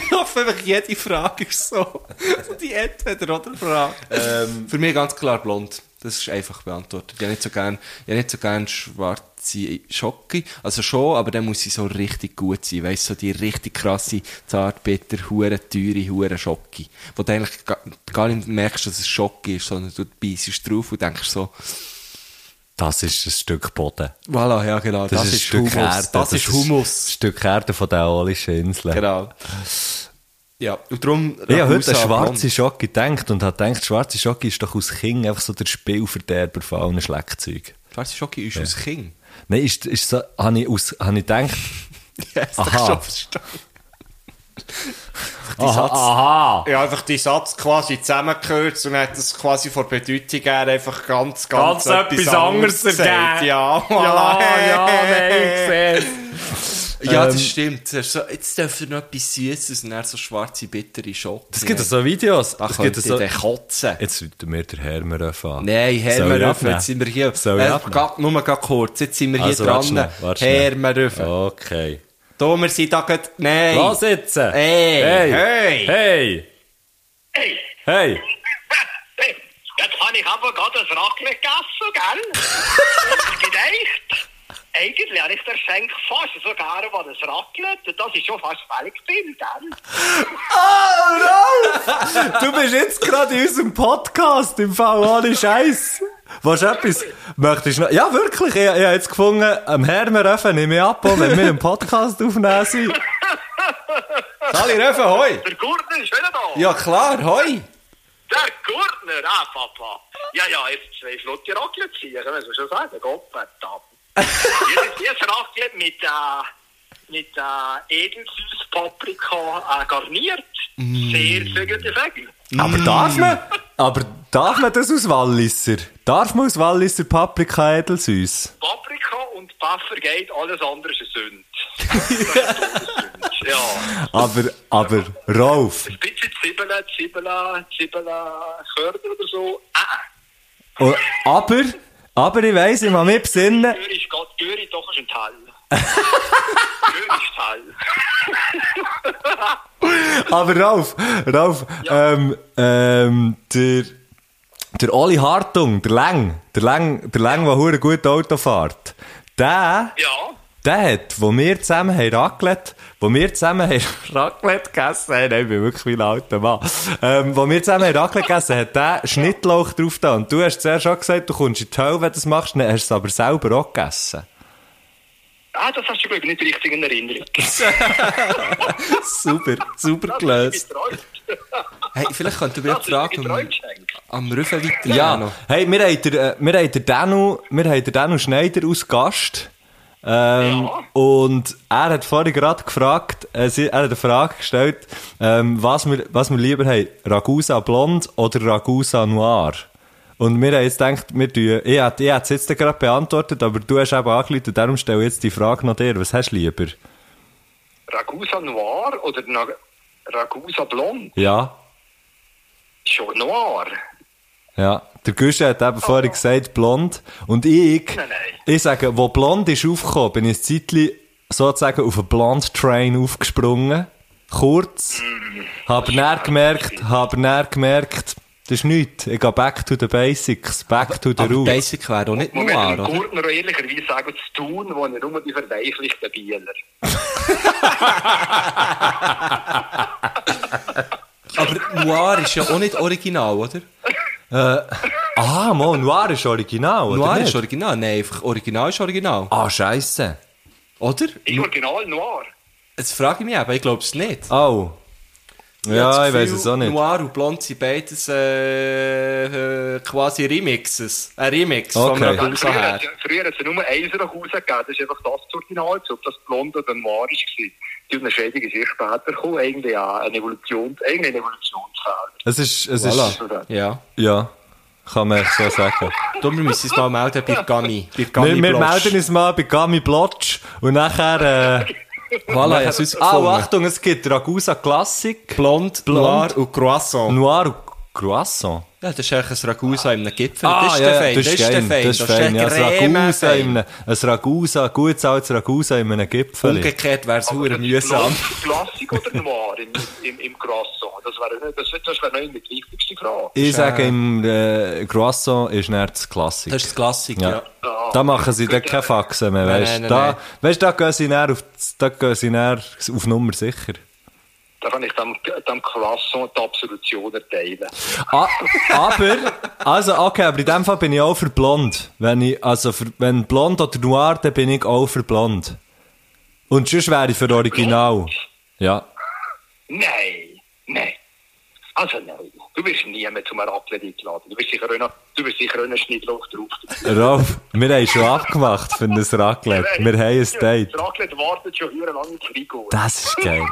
Ich hoffe, einfach jede Frage ist so. die entweder oder Frage. Ähm, Für mich ganz klar blond. Das ist einfach beantwortet. Ich habe nicht so gern, ich habe nicht so gern schwarze Schocke. Also schon, aber dann muss sie so richtig gut sein. Weißt du, so die richtig krasse, zartbitter, hure teure, hure Schocke. Wo du eigentlich ga- gar nicht merkst, dass es Schocke ist, sondern du beißest drauf und denkst so, Das ist ein Stück Boden. voilà, ja genau, das, ist, Humus. Das, ist Ein Humus. Stück Erde von der Aolischen Insel. Genau. Ja, und darum... Ich habe heute an Ragusa blond. schwarze Schocke gedacht und habe gedacht, schwarze Schocke ist doch aus Kind einfach so der Spielverderber von allen Schleckzeugen. Schwarze Schocke ist aus King. Nein, ist, ist so, habe ich, aus, habe ich gedacht, Yes, Aha. verstanden. aha, aha. Ich habe einfach die Satz quasi zusammengekürzt und hat das quasi von der Bedeutung her einfach ganz, ganz, gesagt. Ja, voilà. nein, ich Ja, Ähm, das stimmt. Das ist so, jetzt dürft ihr noch etwas Süßes und dann so schwarze, bittere Schocke. Es gibt so Videos. Da Es gibt könnte ich so... den kotzen. Jetzt rufen wir den Hermer Nein, an. Soll ich Herr Rüffel, abnehmen? jetzt sind wir hier. Soll ich Äh, abnehmen? grad- Nur ganz kurz, jetzt sind wir hier Also, warte dran. schnell, warte Herr schnell. Rüffel. Okay. Da, wir sind da gerade... Nein! Los jetzt! Hey, Hey! Hey! Hey! Jetzt habe ich aber gerade ein Raclette gegessen, gell? Und gedacht, eigentlich habe ich den Schenk fast dus so gerne mal ein Raclette. Das ist schon fast fällig drin, gell? Du bist jetzt gerade in unserem Podcast im Fall ohne Scheiß. Was etwas? Möchtest du noch? Ja, wirklich. Ich, ich habe jetzt gefunden, am Hermer Röfen nehme ich ab, auch wenn wir einen Podcast aufnehmen sind. Sali Röffel, hoi! Der Gurtner ist wieder da. Ja klar, hoi! Der Gurtner, ah, Papa. Ja, ja, jetzt zwei Flotte Raclette ziehen, muss man schon sagen. Gott, verdammt. Jetzt ist ein Raclette mit, äh, mit äh, edelsüß Paprika äh, garniert. Sehr, sehr gute Säge. Aber darf man? Mm. Aber darf man das aus Walliser? Darf man aus Walliser Paprika edelsüß? Paprika und Pfeffer geht, alles andere ist eine Sünde. Das ist Todessünde. ja. Aber, aber, Rolf. Ein bisschen Zwiebeln, Zwiebeln, Zwiebeln, Körner oder so. Ah, Und- oh, Aber, aber ich weiss, ich muss mich besinnen. Göri ist Gott, Göri doch ist ein Teil. Königsteil. Aber Ralf, Ralf, ähm, ähm, der, der Oli Hartung, der Leng, der Leng, der Leng, der hure gut Auto fährt, der, Ja. der hat, wo wir zusammen haben Raclette, wo wir zusammen haben Raclette gegessen haben, nein, ich bin wirklich wie ein alter Mann, ähm, wo wir zusammen haben Raclette gegessen hat der Schnittlauch drauf da. Und du hast zuerst schon gesagt, du kommst in die Hölle, wenn du das machst, dann hast du es aber selber auch gegessen. Ah, das hast du, glaube ich, nicht richtig in Erinnerung. Super, super gelöst. Hey, vielleicht könnt ihr mir die Frage am, am Rüffel weiter. Ja, hey, wir haben den, äh, wir haben den, Danu, wir haben den Danu Schneider als Gast. Ähm, Ja. Und er hat vorhin gerade gefragt, äh, sie- er hat eine Frage gestellt, ähm, was, wir, was wir lieber haben, Ragusa Blond oder Ragusa Noir? Und wir haben jetzt gedacht, wir tun, ich hätte ich hätte es jetzt gerade beantwortet, aber du hast eben angeleitet, darum stelle ich jetzt die Frage noch dir, was hast du lieber? Ragusa Noir oder Na- Ragusa Blond? Ja, Schon Noir. ja. Der Güste hat eben vorhin gesagt, blond. Und ich, Oh Nein, nein. Ich sage, wo blond ist aufgekommen, bin ich ein Zeitchen sozusagen auf einen blond Train aufgesprungen. Kurz. Mm. Habe näher gemerkt, habe näher gemerkt, das ist nichts. Ich gehe back to the basics, back to the Aber roots. Ah, Basic wäre auch nicht Man muss noir, dem oder? Gurtner auch ehrlicherweise sagen, zu tun, wo er nur die verweichlichten Bieler. Aber Ah, noir ist ja auch nicht original, oder? Ah, Mo, Noir ist original, oder noir nicht? ist original. Nein, einfach original ist original. Ah, scheisse. Oder? Ist Original Noir. Jetzt frage ich mich eben, ich glaube es nicht. Oh. hab das Ja, ich weiß Gefühl, es auch nicht. Noir und Blond sind beides äh, äh, quasi Remixes. Ein Remix Okay. von Ragusa Also Früher her. hat es- früher hat es nur eins nach Hause gegeben, das ist einfach das Original, ob das blond oder noir war. Die Unterscheidung ist erst später gekommen, irgendwie auch ein Evolutions, irgendein Evolutionsfehler. Es ist, es ist, Voilà. Dus, Ja. ja. Kann man so sagen. Darum müssen wir uns mal melden bei Gami. Bei Wir, Gami wir Blosch. melden uns mal bei Gami Blotsch und nachher, äh, Voilà, ich habe es Ah, herausgefunden. Achtung, es gibt Ragusa Classic. Blond, Blond. Noir und Croissant. Noir und Croissant. Ja, das ist eigentlich ein Ragusa in einem Gipfel. Ah, das ist der Feind. Ah, das ist fein. Das ist fein. Ja, der ein Ragusa, Creme-Feind. in einem, ein Ragusa, gutes altes Ragusa in einem Gipfel. Umgekehrt wäre es hure mühsam. Klassik oder noir im, im, im Croissant? Das wäre nicht, das, das wäre nicht die wichtigste Frage. Ich sage, im äh, Croissant ist nicht das Klassik. Das ist das Klassik, ja. ja. Da machen sie dann keine Faxen mehr, Nein, weißt du? nein, Da, nein. Weißt, da gehen sie näher auf, da gehen sie näher auf Nummer sicher. Da kann ich dem, dem Croissant die Absolution erteilen. Ah, aber, also, okay, aber in dem Fall bin ich auch für blond. Wenn ich, also, für, wenn blond oder noir, dann bin ich auch für blond. Und sonst wäre ich für original. Ja. Nein, nein. Also nein, du wirst nie mehr zum Rappeln eingeladen. Du wirst sicher auch noch, du wirst sicher auch noch Schnittloch drauf. Rolf, wir haben schon abgemacht für ein Raclette. Wir haben ein Date. Das Raclette wartet schon hier lange im Frigo. Das ist geil.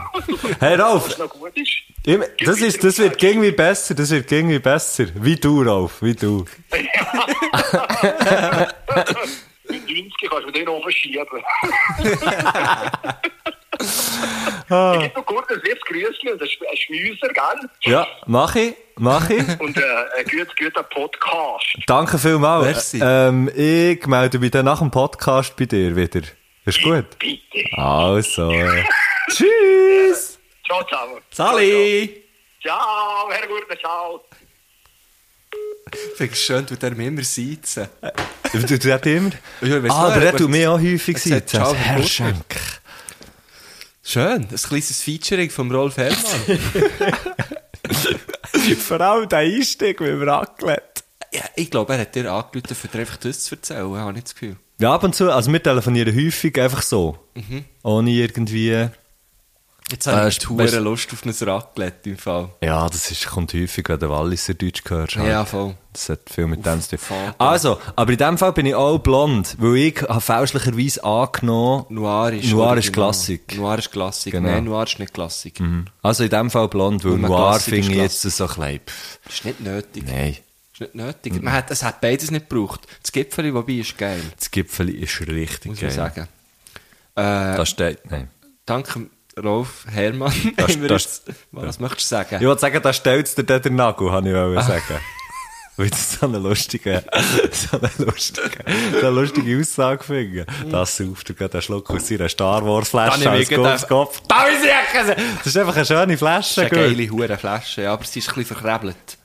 Hey Rolf, Was noch gut ist. ich, das, ist, das wird irgendwie besser, das wird irgendwie besser. Wie du, Rolf, wie du. Mit 90 kannst du den oben schieben. Ich gebe noch kurz ein liebes Grüßchen und ein Sch- ein Schmüser, gell? Ja, mach ich, mach ich. Und äh, ein gut, guter Podcast. Danke vielmals. Merci. Ähm, ich melde mich dann nach dem Podcast bei dir wieder. Ist gut? Bitte. Also. äh, Tschüss! Ciao zusammen. Sali! Ciao, Herr Gurtner, ciao. Ich finde es schön, du der mir immer seizen. Du, du hat immer. Ja, weißt du, Ah, der er hat du hat- mir auch häufig hat gesagt, gesagt. ciao, Herr Herr Gurtner. Schenk. Schön, ein kleines Featuring vom Rolf Herrmann. Vor allem der Einstieg mit dem Raclette. ja, ich glaube, er hat dir angerufen, für dir einfach das zu erzählen, habe ich das Gefühl. Ja, ab und zu. Also, wir telefonieren häufig einfach so. Ohne irgendwie. Jetzt Äh, habe ich sp- ich weißt- hure Lust auf ein Raclette im Fall. Ja, das ist, kommt häufig, wenn du Walliser Deutsch hörst. Halt. Ja, voll. Das hat viel mit dem zu tun. Vater. Also, aber in dem Fall bin ich auch blond, weil ich habe fälschlicherweise angenommen. Noir ist, Noir ist original. Klassik. Noir ist Klassik. Genau. Nein, Noir ist nicht Klassik. Also in dem Fall blond, weil Und ein Noir Klassik finde ist ich jetzt so ein bisschen, pff, Ist nicht nötig. Nein. Ist nicht Mhm. nötig. Man hat, es hat beides nicht gebraucht. Das Gipfeli, wobei, ist geil, Das Gipfel ist richtig muss geil. man sagen. Äh, Das steht, nein. danke, Rolf Herrmann. Das- haben wir das- jetzt- was möchtest du sagen? Ah. Ich wollte sagen, da stellt dir dann den Nagel, habe ich wollen sagen. weil jetzt so eine lustige, so eine lustige, so eine lustige Aussage finden. Das sauft dir gerade einen Schluck aus seiner Star Wars Flasche Mhm. Dann hab ich als mir gedacht- Kopf. Kopf. Da ist sie Das ist einfach eine schöne Flasche, Das ist eine gell? geile Hurenflasche, ja, aber sie ist ein bisschen verkrebelt.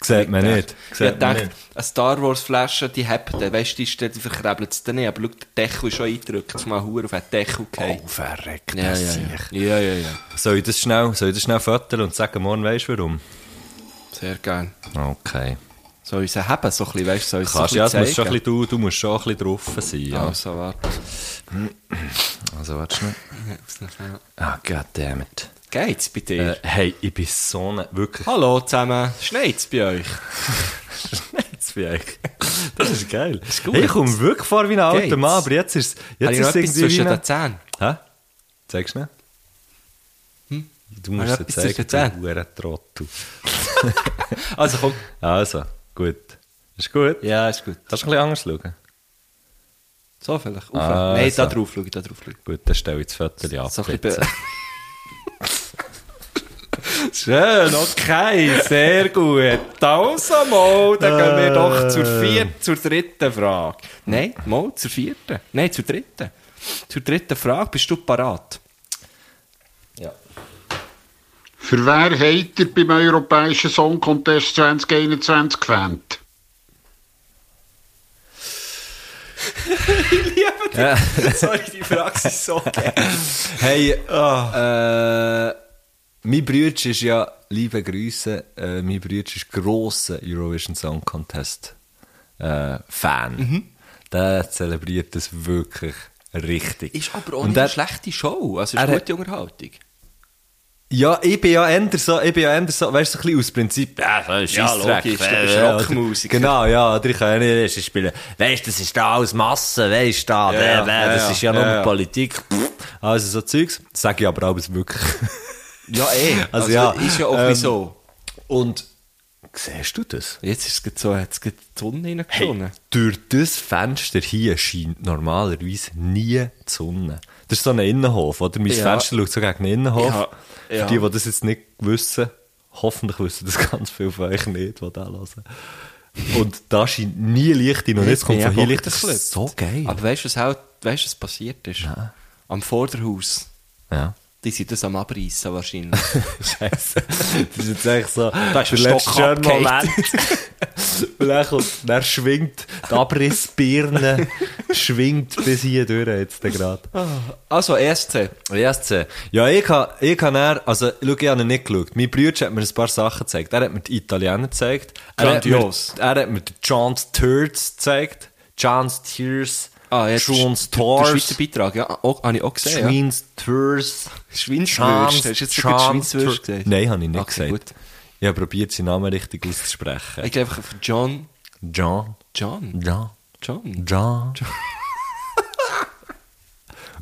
Sieht man nicht. Ich Sieht man dachte, nicht. eine Star Wars Flasche, die hebt, den, weißt du, die ist dort, die verkrebelt es dann nicht. Aber schau, der Deckel ist schon eingedrückt, es ist mal Huren auf den Deckel gefallen. Oh, verreckt, ja, das ja, sehe ja. ich. ja, ja, ja. Soll ich das schnell, soll ich das schnell föteln und sagen, morgen weisst du warum? Sehr geil. Okay. Soll ich sie haben, so ein bisschen, weißt du, soll ich sie Kannst, ja, so es muss schon ein zeigen? bisschen, du, du musst schon ein bisschen drauf sein. Ja. Also, warte. Also, warte schnell. Ah, goddammit. Geht's bei dir? Äh, hey, ich bin so ne, wirklich Hallo zusammen, schneit's bei euch? jetzt bei euch. Das ist geil. Ist gut. Hey, ich komme wirklich vor wie ein alter Geht's? Mann, aber jetzt ist Habe jetzt ich noch etwas ist es irgendwie zwischen wie den eine- Zähnen? Hä? Zeigst du nicht? Habe Du musst ich es etwas zeigen, zwischen den du Hurentrottel. Also komm. Also, gut. Ist gut? Ja, ist gut. Kannst du ein bisschen anders schauen? So vielleicht. Auf. Ah, Nein, da so. drauf schaue ich, da drauf schaue ich. Gut, dann stelle ich das Viertel ab. So ein jetzt. bisschen Schön, okay, sehr gut. Also mal, dann gehen wir doch zur vierten, zur dritten Frage. Nein, mal zur vierten. Nein, zur dritten. Zur dritten Frage, bist du parat? Für wer habt ihr beim Europäischen Song Contest 2021 gewählt? Sorry, die Frage ist so geil. Hey, Ah. äh, mein Bruder ist ja, liebe Grüße, äh, mein Bruder ist grosser Eurovision Song Contest äh, Fan. Mhm. Der zelebriert das wirklich richtig. Ist aber auch Und nicht er- eine schlechte Show, also ist er eine hat- gute Unterhaltung. Ja, ich bin ja eher so, ich bin ja eher so, weißt du, so ein bisschen aus Prinzip, ja, so ist Ja, Scheissdreck, logisch, äh, das ist ja, Rockmusik. oder- Genau, ja, oder ich kann ja nicht spielen. Weißt du, das ist da alles Masse, weißt du, da, Ja, ja, bäh, bäh, das ja, ist ja, nur ja, ja. Politik. Pff, Also so Zeugs, sage ich aber alles wirklich. Ja, eh. Also ja, Ist ja auch ähm, ähm, so. Und siehst du das? Jetzt ist es gerade so, hat es gerade die Sonne reingeschonnen. Durch das Fenster hier scheint normalerweise nie die Sonne. Das ist so ein Innenhof, oder? Mein Ja. Fenster schaut so gegen den Innenhof. Ja, Für ja. die, die das jetzt nicht wissen, hoffentlich wissen das ganz viele von euch nicht, die da hören. Und da scheint nie Licht hin und jetzt kommt von hier Licht. Das ist so geil. Aber weißt du, was, halt, weißt, du, was passiert ist? Am Vorderhaus, ja. die sind das am Abreißen wahrscheinlich. Scheiße. Das ist jetzt echt so Da ist ein Stock abgehängt. Moment. Und dann, kommt, dann schwingt die Abrissbirne, schwingt bis hier durch jetzt gerade. also, E SC. ESC. Ja, ich kann, ich kann er, also, schau, ich habe ihn nicht geschaut. Mein Bruder hat mir ein paar Sachen gezeigt. Er hat mir die Italiener gezeigt. Er hat mir- Grandios. Er hat mir die Chance Turds gezeigt. Chance Tears. Ah, ja, Chance Der Schweizer Tors. Beitrag, ja, auch, habe ich auch gesehen. Ja. Schweins Tours. Schweinswürst. Hast du jetzt gerade Schweinswürst gesagt? Nein, habe ich nicht Okay, gesagt. gut. Ich habe probiert, seinen Namen richtig auszusprechen. Ich glaube, einfach John. John. John. John. John. Jean.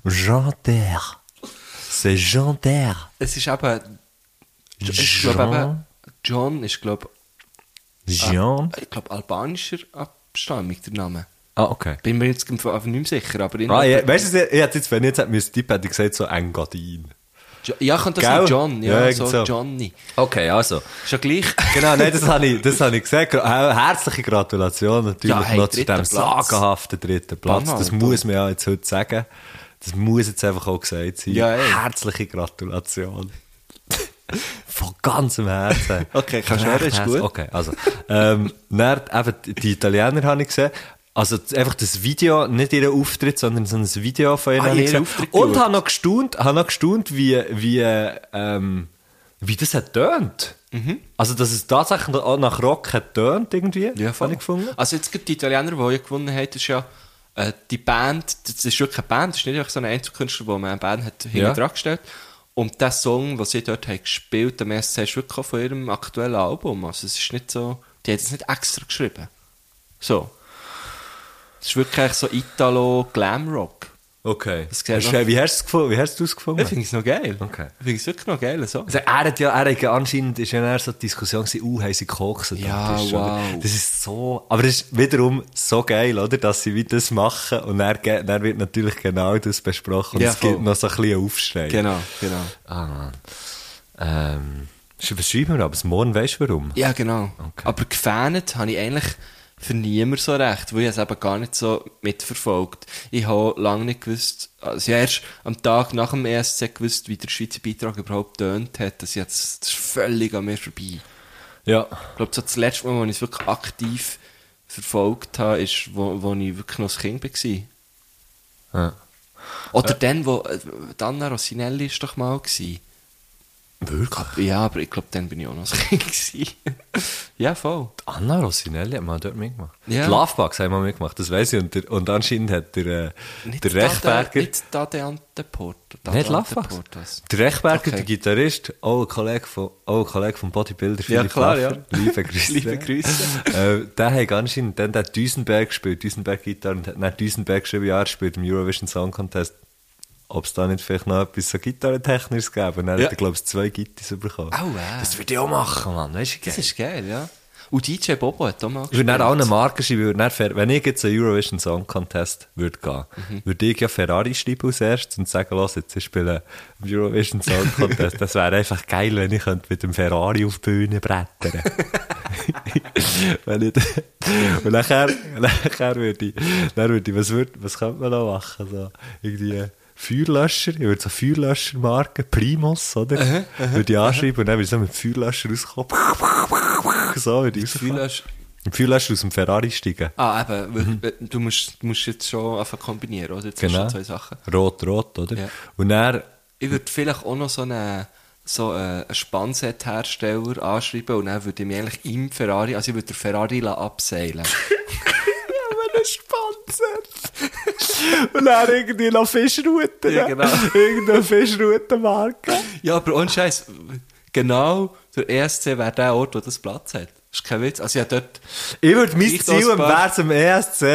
Jean Terre. C'est Jean Terre. Es ist eben. Ich glaube eben. Jean. John ist, glaube Jean. ich, glaube albanischer Abstammung, der Name. Ah, okay. Bin mir jetzt im Fall einfach nicht mehr sicher, aber in Ah, ja, weißt du, ich hätte jetzt, wenn ich jetzt hätte müssen tippen, hätte ich gesagt, so Engadin. Jo ja, kann das Gell? sein, John, ja, Ja, so, irgend so. Johnny. Okay, also. Ist ja gleich. Genau, nein, das habe ich, das habe ich gesagt. Gra- äh, Herzliche Gratulation natürlich Ja, hey, noch zu dritter diesem Platz. Genau, sagenhaften dritten Platz. Banal, Das muss man ja jetzt heute sagen. Das muss jetzt einfach auch gesagt sein. Ja, ey. Herzliche Gratulation. Von ganzem Herzen. Okay, kannst du hören, ist gut. Okay, also. Ähm, dann, eben, die- die Italiener habe ich gesehen. Also z- einfach das Video, nicht ihren Auftritt, sondern so ein Video von ihnen Ah, habe ich ihren gesehen. Auftritt Und geschaut. habe noch gestaunt, habe noch gestaunt wie, wie, äh, ähm, wie das hat tönt. Mhm. Also, dass es tatsächlich auch nach Rock hat tönt irgendwie, habe ich gefunden. Also jetzt gibt die Italiener, die ja gewonnen haben, das ist ja äh, die Band, das ist wirklich eine Band, das ist nicht einfach so ein Einzelkünstler, wo man eine Band hat hinten Ja. dran gestellt. Und der Song, den sie dort haben gespielt haben, ist wirklich auch von ihrem aktuellen Album. Also es ist nicht so, die haben es nicht extra geschrieben. So. Es ist wirklich so Italo-Glamrock. Okay. Das sieht Hast, noch- du- wie hast du es gefunden? Wie hast du es Ich gefunden? finde es noch geil. Okay. Ich finde es wirklich noch geil, so. Also, er hat ja, er hat ja anscheinend, ist ja eher so die Diskussion gewesen, uh, haben sie gekokst. Ja, das ist schon- wow. Das ist so, aber das ist wiederum so geil, oder? Dass sie wie das machen und dann, ge- dann wird natürlich genau das besprochen und Ja, es voll. gibt noch so ein bisschen Aufschrei. Genau, genau. Ah, Mann. Ähm, Das überschreiben wir, aber das morgen weißt du warum. Ja, genau. Aber gefähnet habe ich eigentlich für niemand so recht, weil ich es eben gar nicht so mitverfolgt. Ich habe lange nicht gewusst, also ich habe erst am Tag nach dem ESC gewusst, wie der Schweizer Beitrag überhaupt tönt hat. Das ist jetzt das ist völlig an mir vorbei. Ja. Ich glaube, so das letzte Mal, als ich es wirklich aktiv verfolgt habe, ist, wo, wo ich wirklich noch ein Kind war. ja. Oder dann, wo äh, Anna Rossinelli ist doch mal gsi. Wirklich? Ja, aber ich glaube, dann bin ich auch noch ein Kind gsi. ja, voll. Anna Rossinelli hat mal dort mitgemacht. Ja. Die Lovebugs haben mal mitgemacht, das weiß ich. Und, der, und anscheinend hat der, äh, der Tade- Rechberger... Nicht Tade Anteporto. Tade Nicht Lovebugs? Anteportos. Der Rechberger, Okay. der Gitarrist, auch ein Kollege von, auch ein Kollege vom Bodybuilder Ja, klar, Laffer. ja. Liebe Grüße. Liebe Grüße. äh, der hat anscheinend dann den Duisenberg gespielt, Duisenberg Gitarre, und hat dann Duisenberg geschrieben, ja, er spielt im Eurovision Song Contest. Ob es da nicht vielleicht noch etwas so Gitarrentechnisches gäbe? Und dann Ja. hat er, glaube ich, zwei Gitarren bekommen. Au, äh. Das würde ich auch machen, Mann. Weißt du, Das geil. ist geil, ja. Und DJ Bobo hat auch mal Ich würde gespielt. dann allen Marken schreiben, ich würde dann Fer- wenn ich jetzt einen Eurovision Song Contest würde gehen, würde ich ja Ferrari schreiben als erstes und sagen, los, jetzt ich spiele im Eurovision Song Contest. das wäre einfach geil, wenn ich könnte mit dem Ferrari auf die Bühne brettern wenn ich, Und nachher, nachher würde ich, dann würde ich was, würd, was könnte man noch machen? So, irgendwie Feuerlöscher, ich würde so Feuerlöscher marken, Primus, oder? würde ich anschreiben und dann würde ich so mit Feuerlöscher rauskommen. so würde ich rauskommen. Gefühl hast- Im Gefühl lässt du aus dem Ferrari steigen. Ah, eben, weil, äh, du musst, du musst jetzt schon einfach kombinieren, oder? Jetzt hast du schon zwei Sachen. Rot-rot, oder? Ja. Und dann, Ich würde vielleicht auch noch so einen, so äh, einen Spannset-Hersteller anschreiben und dann würde ich mich eigentlich im Ferrari, also ich würde den Ferrari lassen abseilen. und dann irgendwie noch Fischrouten. Ja, genau. Irgendeine Fischroutenmarke. ja, aber ohne Scheiß, genau der ESC wäre der Ort, wo das Platz hat. Das ist kein Witz. Also ich habe dort... Ich würde mein Ich Ziel das im Paar- Wert am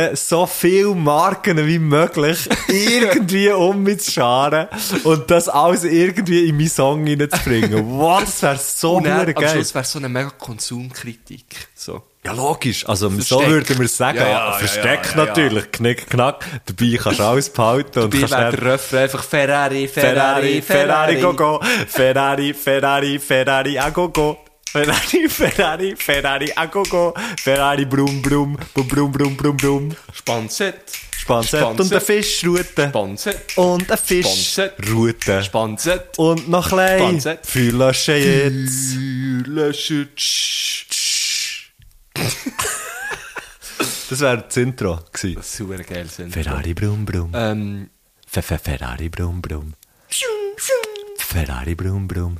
ESC so viele Marken wie möglich irgendwie um mich zu scharen und das alles irgendwie in meinen Song hineinzubringen. Wow, das wäre so Und dann, verdammt am geil. Schluss wäre es so eine mega Konsumkritik. So. Ja, logisch. Also, so Versteck. würden wir es sagen. Ja, Ja, ja, ja, versteckt ja, ja, ja. natürlich. Knick, knack. Dabei kannst du alles behalten und Bei kannst wäre dann- der Refrain einfach Ferrari, Ferrari, Ferrari, Ferrari, go go. Ferrari, Ferrari, Ferrari, a go go. Ferrari, Ferrari, Ferrari, a go go. Ferrari, brum, brum, brum, brum, brum, brum, brum. Spannset. Spanset und eine Fischrute. Spannset. Und eine Spanset. Fischrute. Spannset. Und noch klein. Spanset. Fühlerschen jetzt. Das wäre das Intro gewesen. Super geil sind. Ferrari, brum, brum. Ähm, Fe- fe- Ferrari, brum, brum. Ferrari, brum, brum.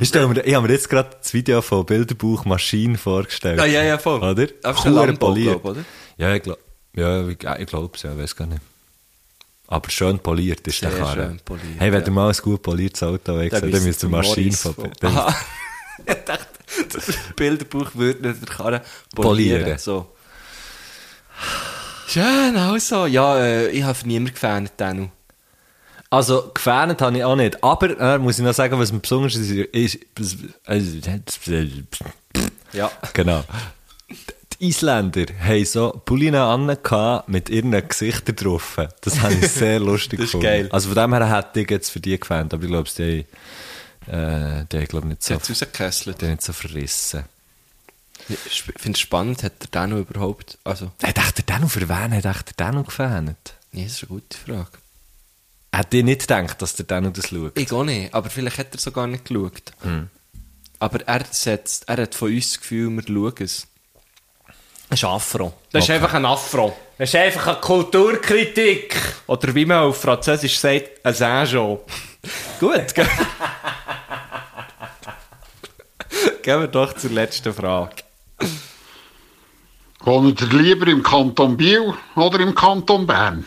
Ich, stell mir, ich habe mir jetzt gerade das Video von Bilderbuch Maschine vorgestellt. Ah, ja, ja, voll. Oder? Einfach ein Hure Lambo, poliert. glaub, oder? Ja, ich glaube ja, ich, ich glaube es, ja, weiß gar nicht. Aber schön poliert ist Sehr der Karre. schön poliert, hey, wenn ja. ihr mal ein gut poliertes Auto wollt sehen, dann müsst ihr Maschine von dann- Aha. ich dachte, das Bilderbuch würde nicht der Karre polieren. Polieren. So. Schön, also. Ja, äh, ich habe niemand gefährdet, Danu. Also, gefährdet habe ich auch nicht. Aber, äh, muss ich noch sagen, was mir besonders ist, ist, ist Ja. Genau. Die Isländer haben so Pulina an mit ihren Gesichtern drauf. Das habe ich sehr lustig Das ist gefunden. geil. Also von dem her hätte ich jetzt für die gefällt, aber ich glaube, die, haben, äh, die haben, glaube ich, nicht Sie so, hat es rausgekesselt. die haben nicht so verrissen. Ich finde es spannend, hat der Danu überhaupt... Also, Hat echt der noch für wen? Hat echt der noch gefährdet? nee, das ist eine gute Frage. Hätte ich nicht gedacht, dass der dann noch das schaut. Ich auch nicht, aber vielleicht hat er so gar nicht geschaut. Hm. Aber er, setzt, er hat von uns das Gefühl, wir schauen es. Das ist Afro. Das ist einfach ein Afro. Das ist einfach eine Kulturkritik. Oder wie man auf Französisch sagt, ein Saint-Jean. Gut, gell? Gehen wir doch zur letzten Frage. Wohnt ihr lieber im Kanton Biel oder im Kanton Bern?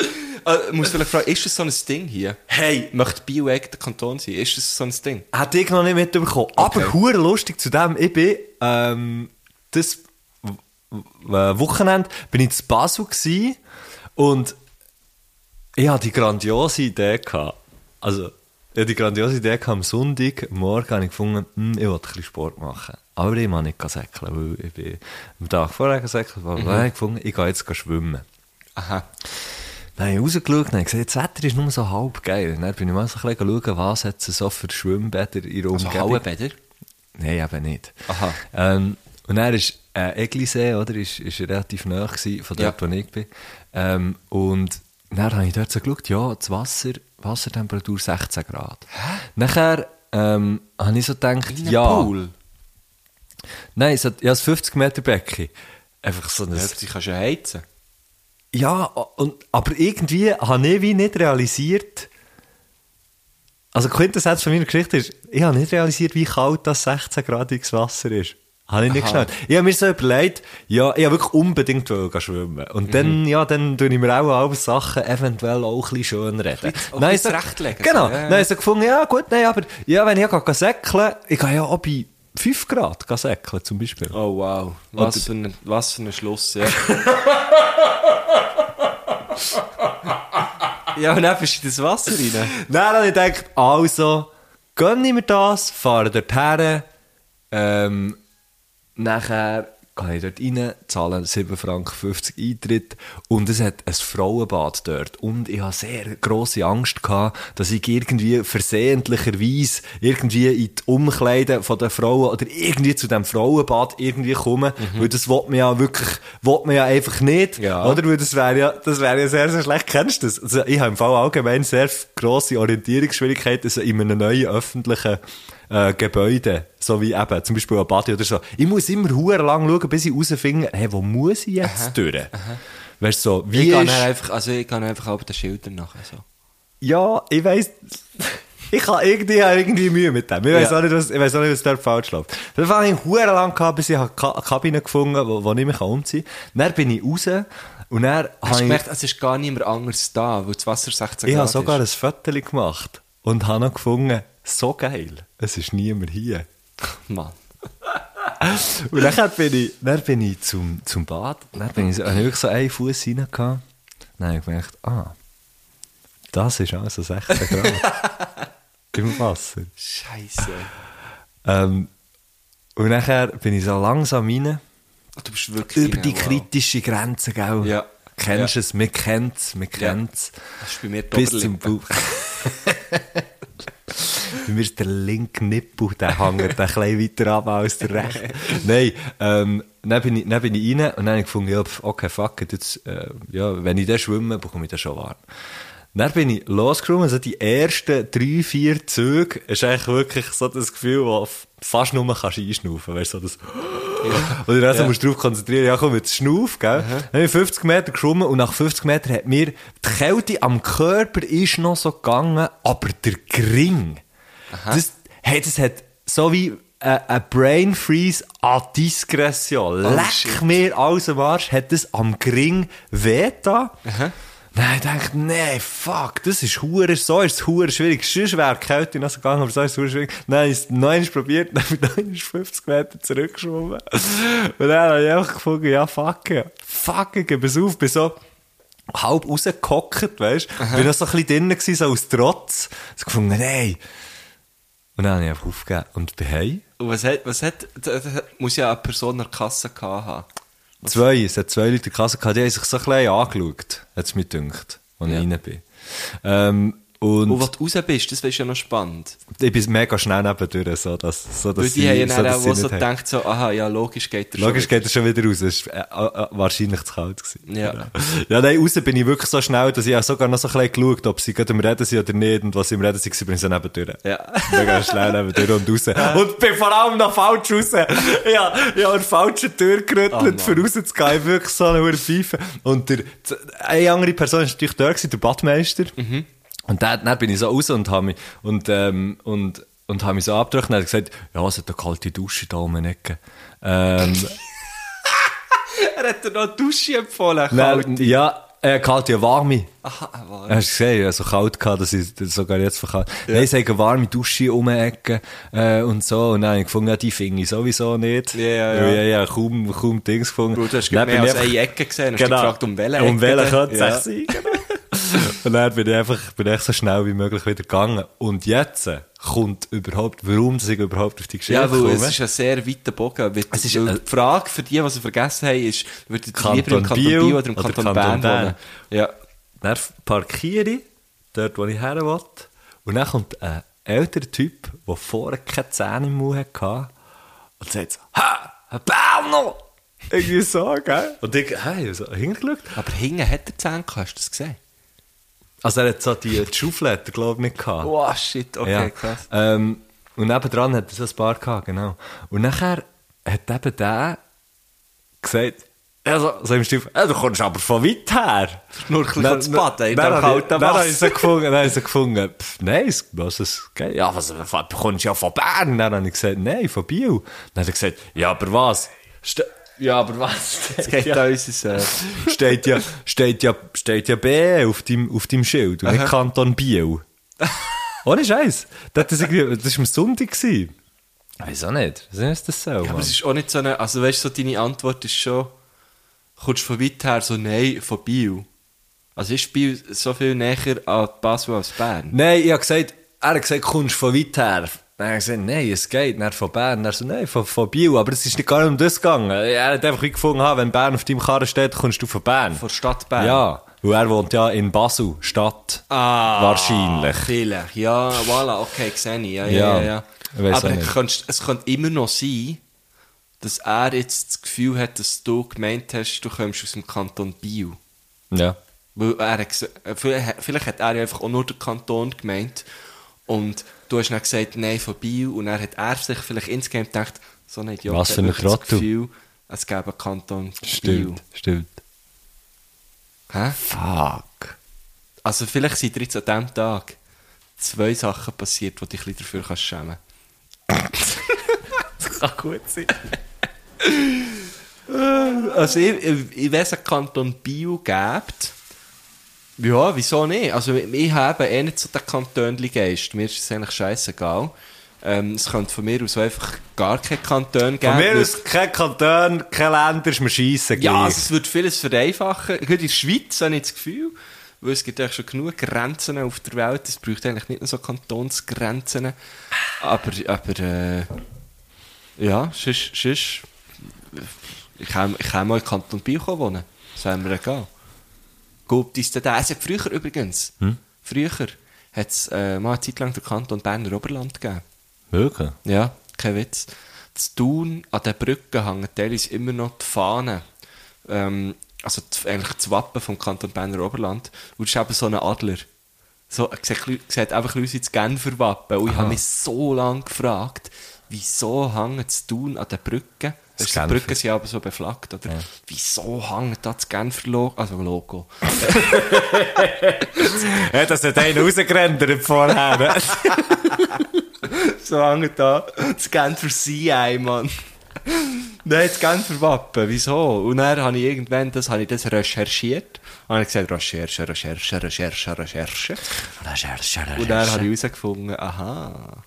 Äh, muss vielleicht fragen, ist das so ein Ding hier? Hey! Möchte Bio eigentlich der Kanton sein? Ist das so ein Ding? Hätte ich noch nicht mitbekommen. Aber hure lustig zu dem. Ich bin ähm, das w- w- äh, Wochenende bin ich zu Basel gsi und ich hatte die grandiose Idee gehabt. Also ich hatte die grandiose Idee gehabt, am Sonntag morgen habe ich gefunden, hm, ich wollte ein bisschen Sport machen. Aber ich kann nicht säckeln, weil ich bin am Tag vorher gesäckelt. Mhm. Ich habe gefunden, ich gehe jetzt schwimmen. Aha. Dann habe ich rausgeschaut und gesehen, das Wetter ist nur so halb geil. Dann bin ich mal so ein bisschen schauen, was hat es so für Schwimmbäder in der Also Umgebung. Hallenbäder? Nein, eben nicht. Aha. Ähm, und er ist äh, Eglisee, oder? Ist, ist relativ nah gewesen, von dort, Ja. wo ich bin. Ähm, und dann habe ich dort so geschaut, ja, das Wasser, Wassertemperatur 16 Grad. Nachher ähm, habe ich so gedacht, In einem ja. Pool? Nein, es hat, ja, das 50 Meter Becken. Einfach so ein. Ja, sie kannst du ja heizen. Ja, und, aber irgendwie habe ich wie nicht realisiert, also die Quintessenz von meiner Geschichte ist, ich habe nicht realisiert, wie kalt das 16 Grad ins Wasser ist. Habe ich nicht geschnallt. Ich habe mir so überlegt, ja, ich habe wirklich unbedingt wollen gehen schwimmen. Und dann, Mhm. ja, dann tue ich mir auch alle Sachen eventuell auch ein bisschen schön reden. auch Nein, ein ich so- bisschen zurechtlegen. Genau. Ja, ja. Nein, ich so gefunden, ja gut, nein, aber ja, wenn ich ja gehe säckeln, ich gehe ja auch bei 5 Grad gehen säckeln zum Beispiel. Oh wow. Was für ein, was für ein Schluss, ja. ja, und dann bist du in das Wasser rein. Dann habe ich gedacht, also, gönn ich mir das, fahre dort her, ähm, nachher gehe ich dort rein, zahle 7,50 Franken Eintritt und es hat ein Frauenbad dort. Und ich hatte sehr grosse Angst, gehabt, dass ich irgendwie versehentlicherweise irgendwie in die Umkleide von der Frauen oder irgendwie zu dem Frauenbad irgendwie komme, weil das will man ja wirklich, will man ja einfach nicht, Ja. oder? Weil das wäre ja, das wäre ja sehr, sehr schlecht. Kennst du das? Also ich habe im Fall allgemein sehr grosse Orientierungsschwierigkeiten also in einem neuen öffentlichen äh, Gebäude. So wie eben, zum Beispiel ein Body oder so. Ich muss immer huere lang schauen, bis ich herausfinde, hey, wo muss ich jetzt durch? Weißt du, so, Ich wie gehe ist... dann einfach, also ich kann einfach auf den Schildern also. nachher so. Ja, ich weiss. Ich habe irgendwie, ich habe irgendwie Mühe mit dem. Ich weiß Ja. auch nicht, was, ich weiß auch nicht, was dort falsch läuft. Dann war ich hure lang gehabt, bis ich habe Ka- eine Kabine gefunden, wo, wo ich mich umziehen kann. Dann bin ich raus und dann Hast habe du ich, gemerkt, es ist gar niemand anders da, weil das Wasser 16 ich habe Grad sogar ist. ein Foto gemacht und habe noch gefunden, so geil, es ist niemand hier. Mann. Und dann bin ich, dann bin ich zum, zum Bad, dann bin ich, so- habe ich wirklich so einen Fuß rein gehabt. Dann habe ich gemerkt, ah, das ist also 16 Grad. Im Wasser. Scheiße. Ähm, und nachher bin ich so langsam rein, Ah, Du bist wirklich genau über rein, die wow. kritische Grenze, gell? Ja. Kennst Ja. es, man kennt es, man kennt es. Das ist bei mir die Bis zum Oberlippe. Bauch. Bei mir ist der linke Nippel, der hängt ein bisschen weiter ab als der rechte. Nein, ähm, dann, bin ich, dann bin ich rein und dann habe ich gefunden, ja, pf, okay, fuck it, jetzt, äh, ja, wenn ich da schwimme, bekomme ich das schon warm. Dann bin ich losgekommen, also die ersten drei, vier Züge ist eigentlich wirklich so das Gefühl, wo f- fast nur kannst einschnaufen, weißt du, so das oder also musst du darauf konzentrieren, ja komm, jetzt schnauf, gell? Dann bin ich 50 Meter geschwommen und nach 50 Metern hat mir die Kälte am Körper ist noch so gegangen, aber der Gring, das, hey, das hat so wie äh, ein Brain Freeze an Diskretion. Leck mir aus dem Arsch, hat das am Gring wehgetan. Nein, ich dachte, nee, fuck, das ist hure, so ist es hure schwierig. Sonst wäre die Kälte noch so gegangen, aber so ist es hure schwierig. Dann habe ich es noch einmal probiert, dann bin ich noch einmal 50 Meter zurückgeschwommen. Und dann habe ich einfach gefunden, ja, fuck, ja. fuck, ich gebe es auf, bin so halb rausgehockt, weißt du. Bin noch so ein bisschen drinnen gewesen, so aus Trotz. Ich gefunden, nein. Und dann habe ich einfach aufgegeben und bin heim. Und was hat, was hat, das hat- muss ja eine Person an der Kasse gehabt haben. Zwei, es hat zwei Leute in der Kasse gehabt, die haben sich so ein bisschen angeschaut, hat es mir gedacht, als Ja. ich rein bin. Ähm, und, Und wo du raus bist, das ist ja noch spannend. ich bin mega schnell nebendurch, so dass, so dass Weil die haben ja dann dass auch sie wo so nicht haben. gedacht, so, aha, ja, logisch geht er Logisch schon. geht er schon wieder raus. Es war äh, äh, wahrscheinlich zu kalt. Gewesen. Ja. Genau. ja, nein, raus bin ich wirklich so schnell, dass ich auch sogar noch so ein bisschen geschaut ob sie gerade am Reden sind oder nicht. Und was sie am Reden sind, bin ich so nebendurch. Ja. Mega schnell nebendurch und raus. Und bin vor allem noch falsch raus. Ja, ja, an der falschen Tür gerüttelt, Oh, für rauszugehen. Ich bin Wirklich so eine hohe Pfeife. Und der, eine andere Person war natürlich da, gewesen, der Badmeister. Mhm. Und dann, dann bin ich so raus und habe mich, und, ähm, und, und habe mich so abgedrückt und er hat gesagt, ja, es hat eine kalte Dusche da um die Ecke. Ähm, Er hat dir noch eine Dusche empfohlen. Nein, ja, äh, kalte, ja, warme. Aha, aber. Hast du gesehen, ja, so kalt gehabt, dass ich das sogar jetzt verkauft Nein, ich sage warme Dusche um die Ecke äh, und so. Und dann habe ich gefunden, ja, die finde ich sowieso nicht. Ja, ja, ja. Weil Ich habe ja kaum, kaum Dings gefunden. Bro, du hast Dann gerade mehr bin als ich einfach- eine Ecke gesehen, hast Genau. dich gefragt, um welche Um welche denn? könnte es echt sein? Und dann bin ich einfach bin ich so schnell wie möglich wieder gegangen. Und jetzt äh, kommt überhaupt, warum dass ich überhaupt auf die Geschichte Ja, weil komme. es ist ein sehr weiter Bogen. Weil, Es ist weil ein- die Frage für die, die sie vergessen haben, ist, würdet ihr lieber im Kanton Kanton Biel Biel oder im oder Kanton, Kanton Bern, Bern? wohnen? Ja. Dann parkiere ich dort, wo ich her will. Und dann kommt ein älterer Typ, der vorher keine Zähne im Mund hatte. Und sagt so, «Ha, ein Berner!» Irgendwie so, gell? Und ich, hey, ich hab so hingeschaut. Aber hinten hat er Zähne gehabt, hast du das gesehen? Also er hat so die, eh, die Schaufletter, glaube ich, nicht gehabt. Wow, shit, okay, ja. krass. Ähm, und nebendran hat er so ein paar gehabt, genau. Und nachher hat eben der gesagt, also, so im Stil, «Ja, dus du kommst aber von weit her. Nur ein bisschen Dann- von das Bad, ey, dann dem hab ich- kalten Dann habe Wasser. ich so gefunden, dann hab ich so gefunden, pff, nein, was ist geil. Ja, was, du kommst ja von Bern. Dann habe ich gesagt, nein, von Biel. Dann hat er gesagt, ja, aber was? Ste ja, aber was? Es geht ja. unser... Äh, steht ja, steht ja, steht ja B auf deinem, auf deinem Schild und nicht Kanton Biel. Ohne Scheiß. Das, das, das war am Sonntag. Gewesen. Wieso nicht? Wieso ist das so? aber Mann? es ist auch nicht so eine... Also weißt du, so deine Antwort ist schon... Kommst du von weit her so, nein, von Biel. Also ist Biel so viel näher an Basel als Bern? Nein, ich habe gesagt, er hat gesagt, kommst du von weit her. Dann habe ich gesagt, nein, es geht, dann von Bern. Dann so, nein, von, von Biel. Aber es ist nicht gar nicht um das gegangen. Er hat einfach wie gefunden, ha, wenn Bern auf deinem Karren steht, kommst du von Bern. Von Stadt Bern? Ja, weil er wohnt ja in Basel, Stadt. Ah, Wahrscheinlich. Vielleicht, ja, voilà, okay, sehe ich. Ja, Ja, ja, ja. ja. ich weiss auch Aber nicht. könntest, es könnte immer noch sein, dass er jetzt das Gefühl hat, dass du gemeint hast, du kommst aus dem Kanton Biel. Ja. Weil er hat, gese- äh, vielleicht vielleicht hat er ja einfach auch nur den Kanton gemeint und du hast dann gesagt, nein, von Biel und er hat er sich vielleicht insgeheim gedacht, so ein Idiot Was hat für ein wirklich das Trottel. Gefühl, es gäbe einen Kanton Biel. Stimmt, stimmt. Hä? Fuck. Also vielleicht sind dir jetzt an diesem Tag zwei Sachen passiert, wo du dich ein bisschen dafür kannst schämen Kann gut sein. Also ich, ich, ich weiss, einen Kanton Bio gibt. Ja, wieso nicht? Also ich habe eh nicht so den Kantönli-Geist. Mir ist es eigentlich scheißegal. Ähm, es könnte von mir aus auch einfach gar keinen Kanton geben. Von mir weil- aus kein Kanton, kein Länder ist mir scheissen ja, gleich. also es würde vieles vereinfachen. Gerade in der Schweiz habe ich das Gefühl, weil es gibt eigentlich schon genug Grenzen auf der Welt. Es bräuchte eigentlich nicht nur so Kantonsgrenzen. Aber, aber äh, ja, sonst, sonst äh, ich kann, ich kann mal in Kanton Biel wohnen. Das wäre mir egal. Gut, ist der Es hat früher übrigens, früher hat es äh, mal eine Zeit lang den Kanton Berner Oberland gegeben. Wirklich? Ja, kein Witz. Zu Thun, an den Brücken hängen teilweise immer noch die Fahnen. Ähm, also die, eigentlich das Wappen vom Kanton Berner Oberland. Und das ist eben so ein Adler. So, er sieht, ein bisschen- sieht einfach ein bisschen aus wie das Genfer Wappen. Und ich habe mich so lange gefragt, wieso hängen zu Thun an den Brücken? Das Weißt du, die Genfer. Brücken sind aber so beflaggt, oder? Wieso hängt da das Genfer Logo? Also Logo. Ja, das hat einen rausgerendert vorher. ne? so hängt da das Genfer Seeei, Mann. Nein, das Genfer Wappen, wieso? Und dann habe ich irgendwann das, habe ich das recherchiert. Und habe ich gesagt, Recherche, Recherche, Recherche, Recherche. Und dann habe ich herausgefunden, aha.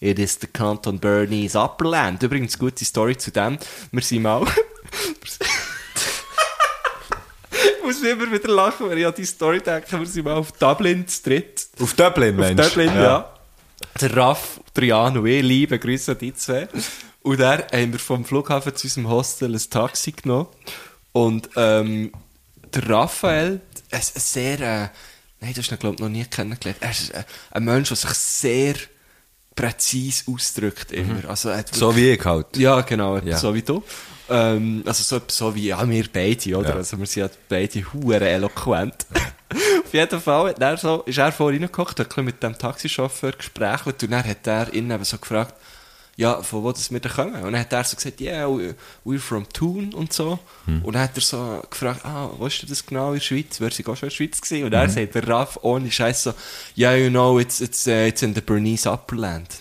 It is the Canton Bernese Upperland. Übrigens, gute Story zu dem. Wir sind mal... Ich muss immer wieder lachen, wenn ich an die Story denke. Wir sind mal auf Dublin zu dritt. Auf Dublin, Mensch. Auf Dublin, ja. Der Raff, Triano und ich, liebe Grüße an die zwei. Und dann haben wir vom Flughafen zu unserem Hostel ein Taxi genommen. Und ähm, der Raphael, ein sehr... Äh, nein, du hast ihn, glaube ich, noch nie kennengelernt. Er ist äh, ein Mensch, der sich sehr präzise ausdrückt immer. Also, er hat So wie ich halt. ja, genau, etwa Ja. so wie du. Ähm, also so, etwa so wie ja, wir beide, oder? Ja. Also wir sind ja beide hure eloquent. Auf jeden Fall hat er so, ist er vorhin reingekocht, hat ein bisschen mit dem Taxichauffeur gesprächelt und dann hat er ihn eben so gefragt, ja, von wo das wir da kommen? Und dann hat er so gesagt, yeah, we- we're from Thun und so. Hm. Und dann hat er so gefragt, ah, wo ist denn das genau in der Schweiz? Wer sind auch schon in der Schweiz gewesen? Und Mhm. er sagt, der Raff ohne Scheiß so, yeah, you know, it's, it's, uh, it's in the Bernese Upperland.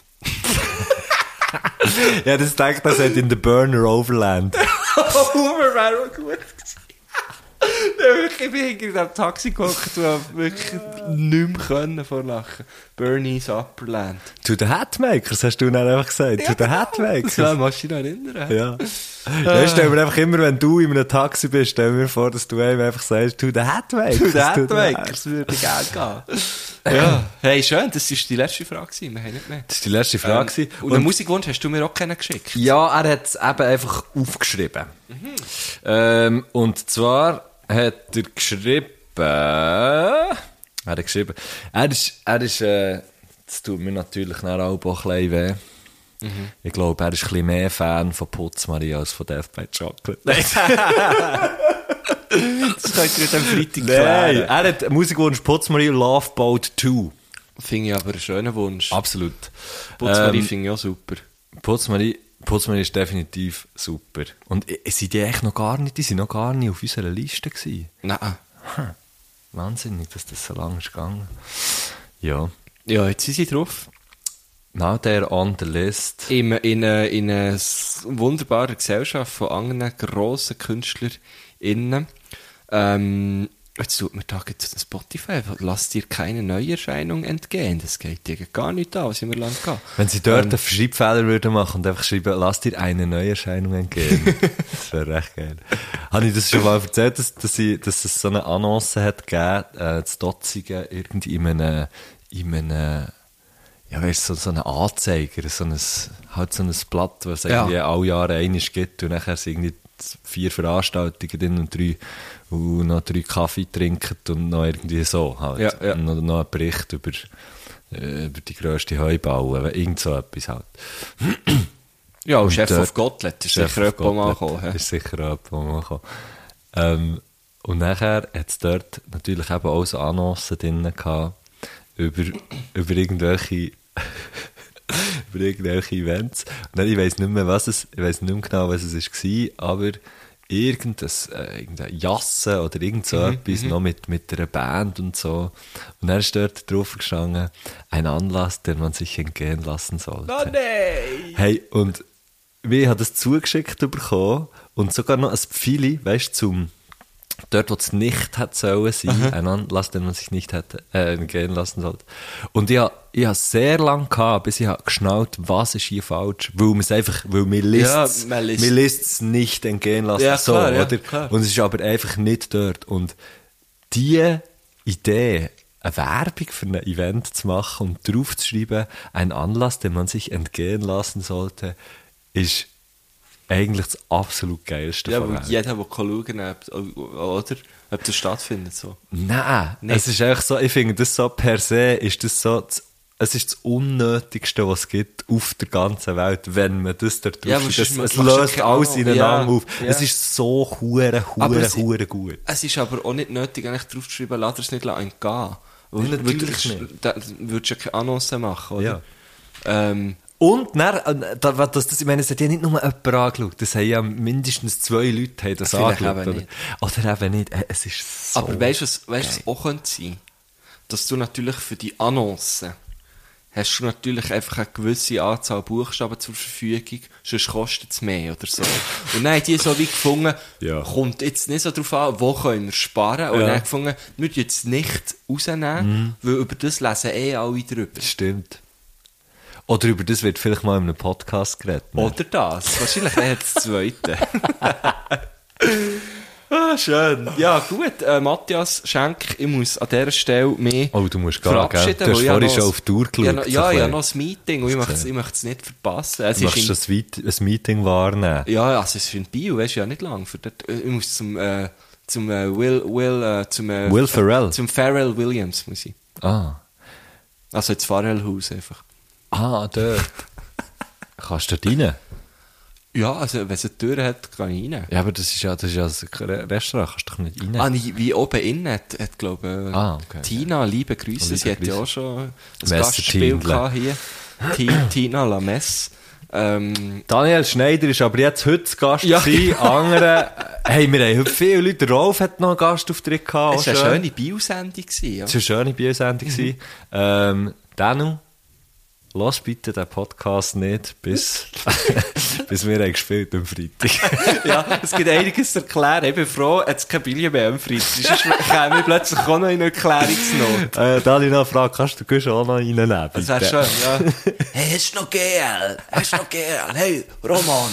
Ja, das denkt das hat in der Burner Overland. Hummer wäre auch gut gewesen. Ja, wirklich, ich bin hinter diesem Taxi gehockt und habe wirklich nicht mehr können vor Lachen. Bernie's Upperland. to the Hatmakers, hast du dann einfach gesagt. to the Hatmakers. Das war musst du dich noch erinnern. Ja. ja. Stell mir einfach immer, wenn du in einem Taxi bist, stell mir vor, dass du einem einfach sagst, to the Hatmakers. Du, der Hatmakers würde gerne gehen. Ja. Hey, schön, das war dus die letzte Frage. gewesen. Wir haben nicht mehr. Das war die letzte Ähm, Frage. und, einen Musikwunsch hast du mir auch keinen geschickt. Ja, er hat es eben einfach aufgeschrieben. Ähm, und zwar hat er geschrieben, Er hat geschrieben. Er ist, er ist, äh, das tut mir natürlich nach auch ein bisschen weh. Mhm. Ich glaube, er ist ein bisschen mehr Fan von Putz Maria als von Death by Chocolate. Nein, Das könnt ihr dann Freitag Nein. klären. er hat Musikwunsch Putz Maria Love Boat 2. Finde ich aber einen schönen Wunsch. Absolut. Putzmarie Ähm, finde ich auch super. Putzmarie, Putzmarie ist definitiv super. Und äh, sind die echt noch gar nicht, die sind noch gar nicht auf unserer Liste gewesen. Nein. Wahnsinnig, dass das so lange ist gegangen. Ja. Ja, jetzt sind sie drauf. Now they're on the list. In, in, äh, in einer s- wunderbaren Gesellschaft von anderen grossen KünstlerInnen. Ähm, jetzt tut mir da jetzt Spotify. Lass dir keine Neuerscheinung entgehen. Das geht dir gar nicht an, was immer lang geht. Wenn sie dort einen Schreibfehler würden machen und einfach schreiben, lass dir eine Neuerscheinung entgehen. das wäre recht geil. Habe ich das schon mal erzählt, dass, dass, ich, dass es so eine Annonce hat gegeben, äh, zu Dotzigen, irgendwie in einem, in einem ja, weißt du, so, so einen Anzeiger, so ein, halt so ein Blatt, was es Ja. irgendwie alle Jahre einiges gibt und nachher sind irgendwie vier Veranstaltungen drin und drei, und noch drei Kaffee trinken und noch irgendwie so halt. Ja, ja. Und noch, noch einen Bericht über, äh, über die grösste Heubaue, irgend so etwas halt. Ja, und Und Chef dort- of Gottlet ist Chef sicher jemand, der mal Gottlieb gekommen hä? Ist sicher jemand, der mal gekommen. ähm, Und nachher hat es dort natürlich eben auch so Annoncen drin gehabt, über, über irgendwelche über irgendwelche Events. Und dann, ich weiß nicht mehr, was es, ich weiß nicht mehr genau, was es war, aber irgendein, äh, irgendein Jassen oder irgend so Mhm, etwas, noch mit, mit einer Band und so. Und dann ist dort drauf gestanden, ein Anlass, den man sich entgehen lassen sollte. Oh nein! Hey, und wir haben das zugeschickt bekommen und sogar noch ein Pfeili, weißt du, zum dort, wo es nicht hätte sollen sein, ein Anlass, den man sich nicht hätte äh, gehen lassen sollte. Und ich habe ich ha sehr lange gehabt, bis ich ha geschnallt, was ist hier falsch, weil man es einfach, weil man Ja, liest, man liest's. es nicht entgehen lassen Ja, so, klar, ja, oder? klar. Und es ist aber einfach nicht dort. Und die Idee, eine Werbung für ein Event zu machen und drauf zu schreiben, ein Anlass, den man sich entgehen lassen sollte, ist eigentlich das absolut geilste Ja, von weil allem. jeder, der schauen kann, ob, oder, ob das stattfindet. So. Nein, Nicht. es ist echt so, ich finde das so per se, ist das so, das, es ist das Unnötigste, was es gibt auf der ganzen Welt, wenn man das da drauf Ja, aber ist. sonst Es, macht- es machst du löst keine alles Ahnung. ineinander Ja, auf. ja. Es ist so hure, Aber hure, es- hure gut. Es ist aber auch nicht nötig, eigentlich draufzuschreiben, lass es nicht entgehen. Weil Ja, weil du- natürlich nicht. Da würdest du ja keine Annonce machen, oder? Ja. Ähm, Und dann, äh, da, was das, ich meine, es hat ja nicht nur jemand angeschaut, das haben ja mindestens zwei Leute haben das Vielleicht angeschaut. eben Oder? oder eben nicht. Äh, Es ist so... aber weißt du, was, weißt, du, was auch könnte sein Dass du natürlich für die Annonce hast du natürlich einfach eine gewisse Anzahl Buchstaben zur Verfügung, sonst kostet es mehr oder so. Und dann haben die so wie gefunden, Ja. kommt jetzt nicht so drauf an, wo können wir sparen. Und Ja. Mhm. dann gefunden, wir tun jetzt nicht rausnehmen, weil über das lesen eh alle drüber. Stimmt. Oder über das wird vielleicht mal in einem Podcast geredet. ne? Oder das. Wahrscheinlich eher das Zweite. ah, schön. Ja, gut. Äh, Matthias Schenk, ich muss an dieser Stelle mehr Oh, du musst gehen, gell? Du hast weil ich vorhin noch schon ein- auf die Uhr Ja, geschaut, noch- so ja, ein ja, bisschen. noch das Meeting und ich möchte es- ich möchte es nicht verpassen. Es Du ist in, möchtest das Weit- ein Meeting wahrnehmen. ja, also es ist in Bio, weißt du ja nicht lang. Für dort, ich muss zum, äh, zum äh, Will, Will, äh, zum, äh, Will Ferrell? Zum Pharrell Williams muss ich. Ah. Also ins Pharrell-Haus einfach. Ah, dort. Kannst du dort rein? Ja, also wenn es eine Tür hat, kann ich rein. Ja, aber das ist ja, das ist ja ein Re- Restaurant, kannst du doch nicht rein. Ah, nee, wie oben innen hat, hat glaube ich, Ah, okay, Tina, liebe Grüße, Liebe sie hat ja Grüße. auch schon ein Messer Gastspiel Tindle. gehabt hier. Ti, Tina Lames. Ähm, Daniel Schneider ist aber jetzt heute zu Gast Ja. gewesen. Andere, hey, wir haben heute viele Leute. Rolf hat noch einen Gastauftritt gehabt. es auch war schön. eine schöne Bio-Sendung. gewesen, Ja. Es war eine schöne Biosendung. Mhm. Ähm, Danu, lass bitte den Podcast nicht, bis, bis wir haben gespielt am Freitag. ja, es gibt einiges zu erklären. Ich bin froh, jetzt keine Billie mehr am Freitag. Sonst käme ich plötzlich auch noch in eine Erklärungsnot. äh, Daniel, noch eine Frage, kannst du Gusch auch noch reinnehmen? Das wäre bitte? schön, ja. Hey, hast du noch GL? Hast du noch GL? Hey, Roman.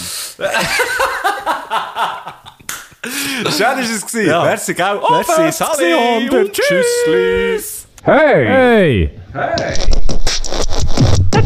Schön ist es gewesen. Ja. Merci, gell? Merci, Sally. Und Tschüss.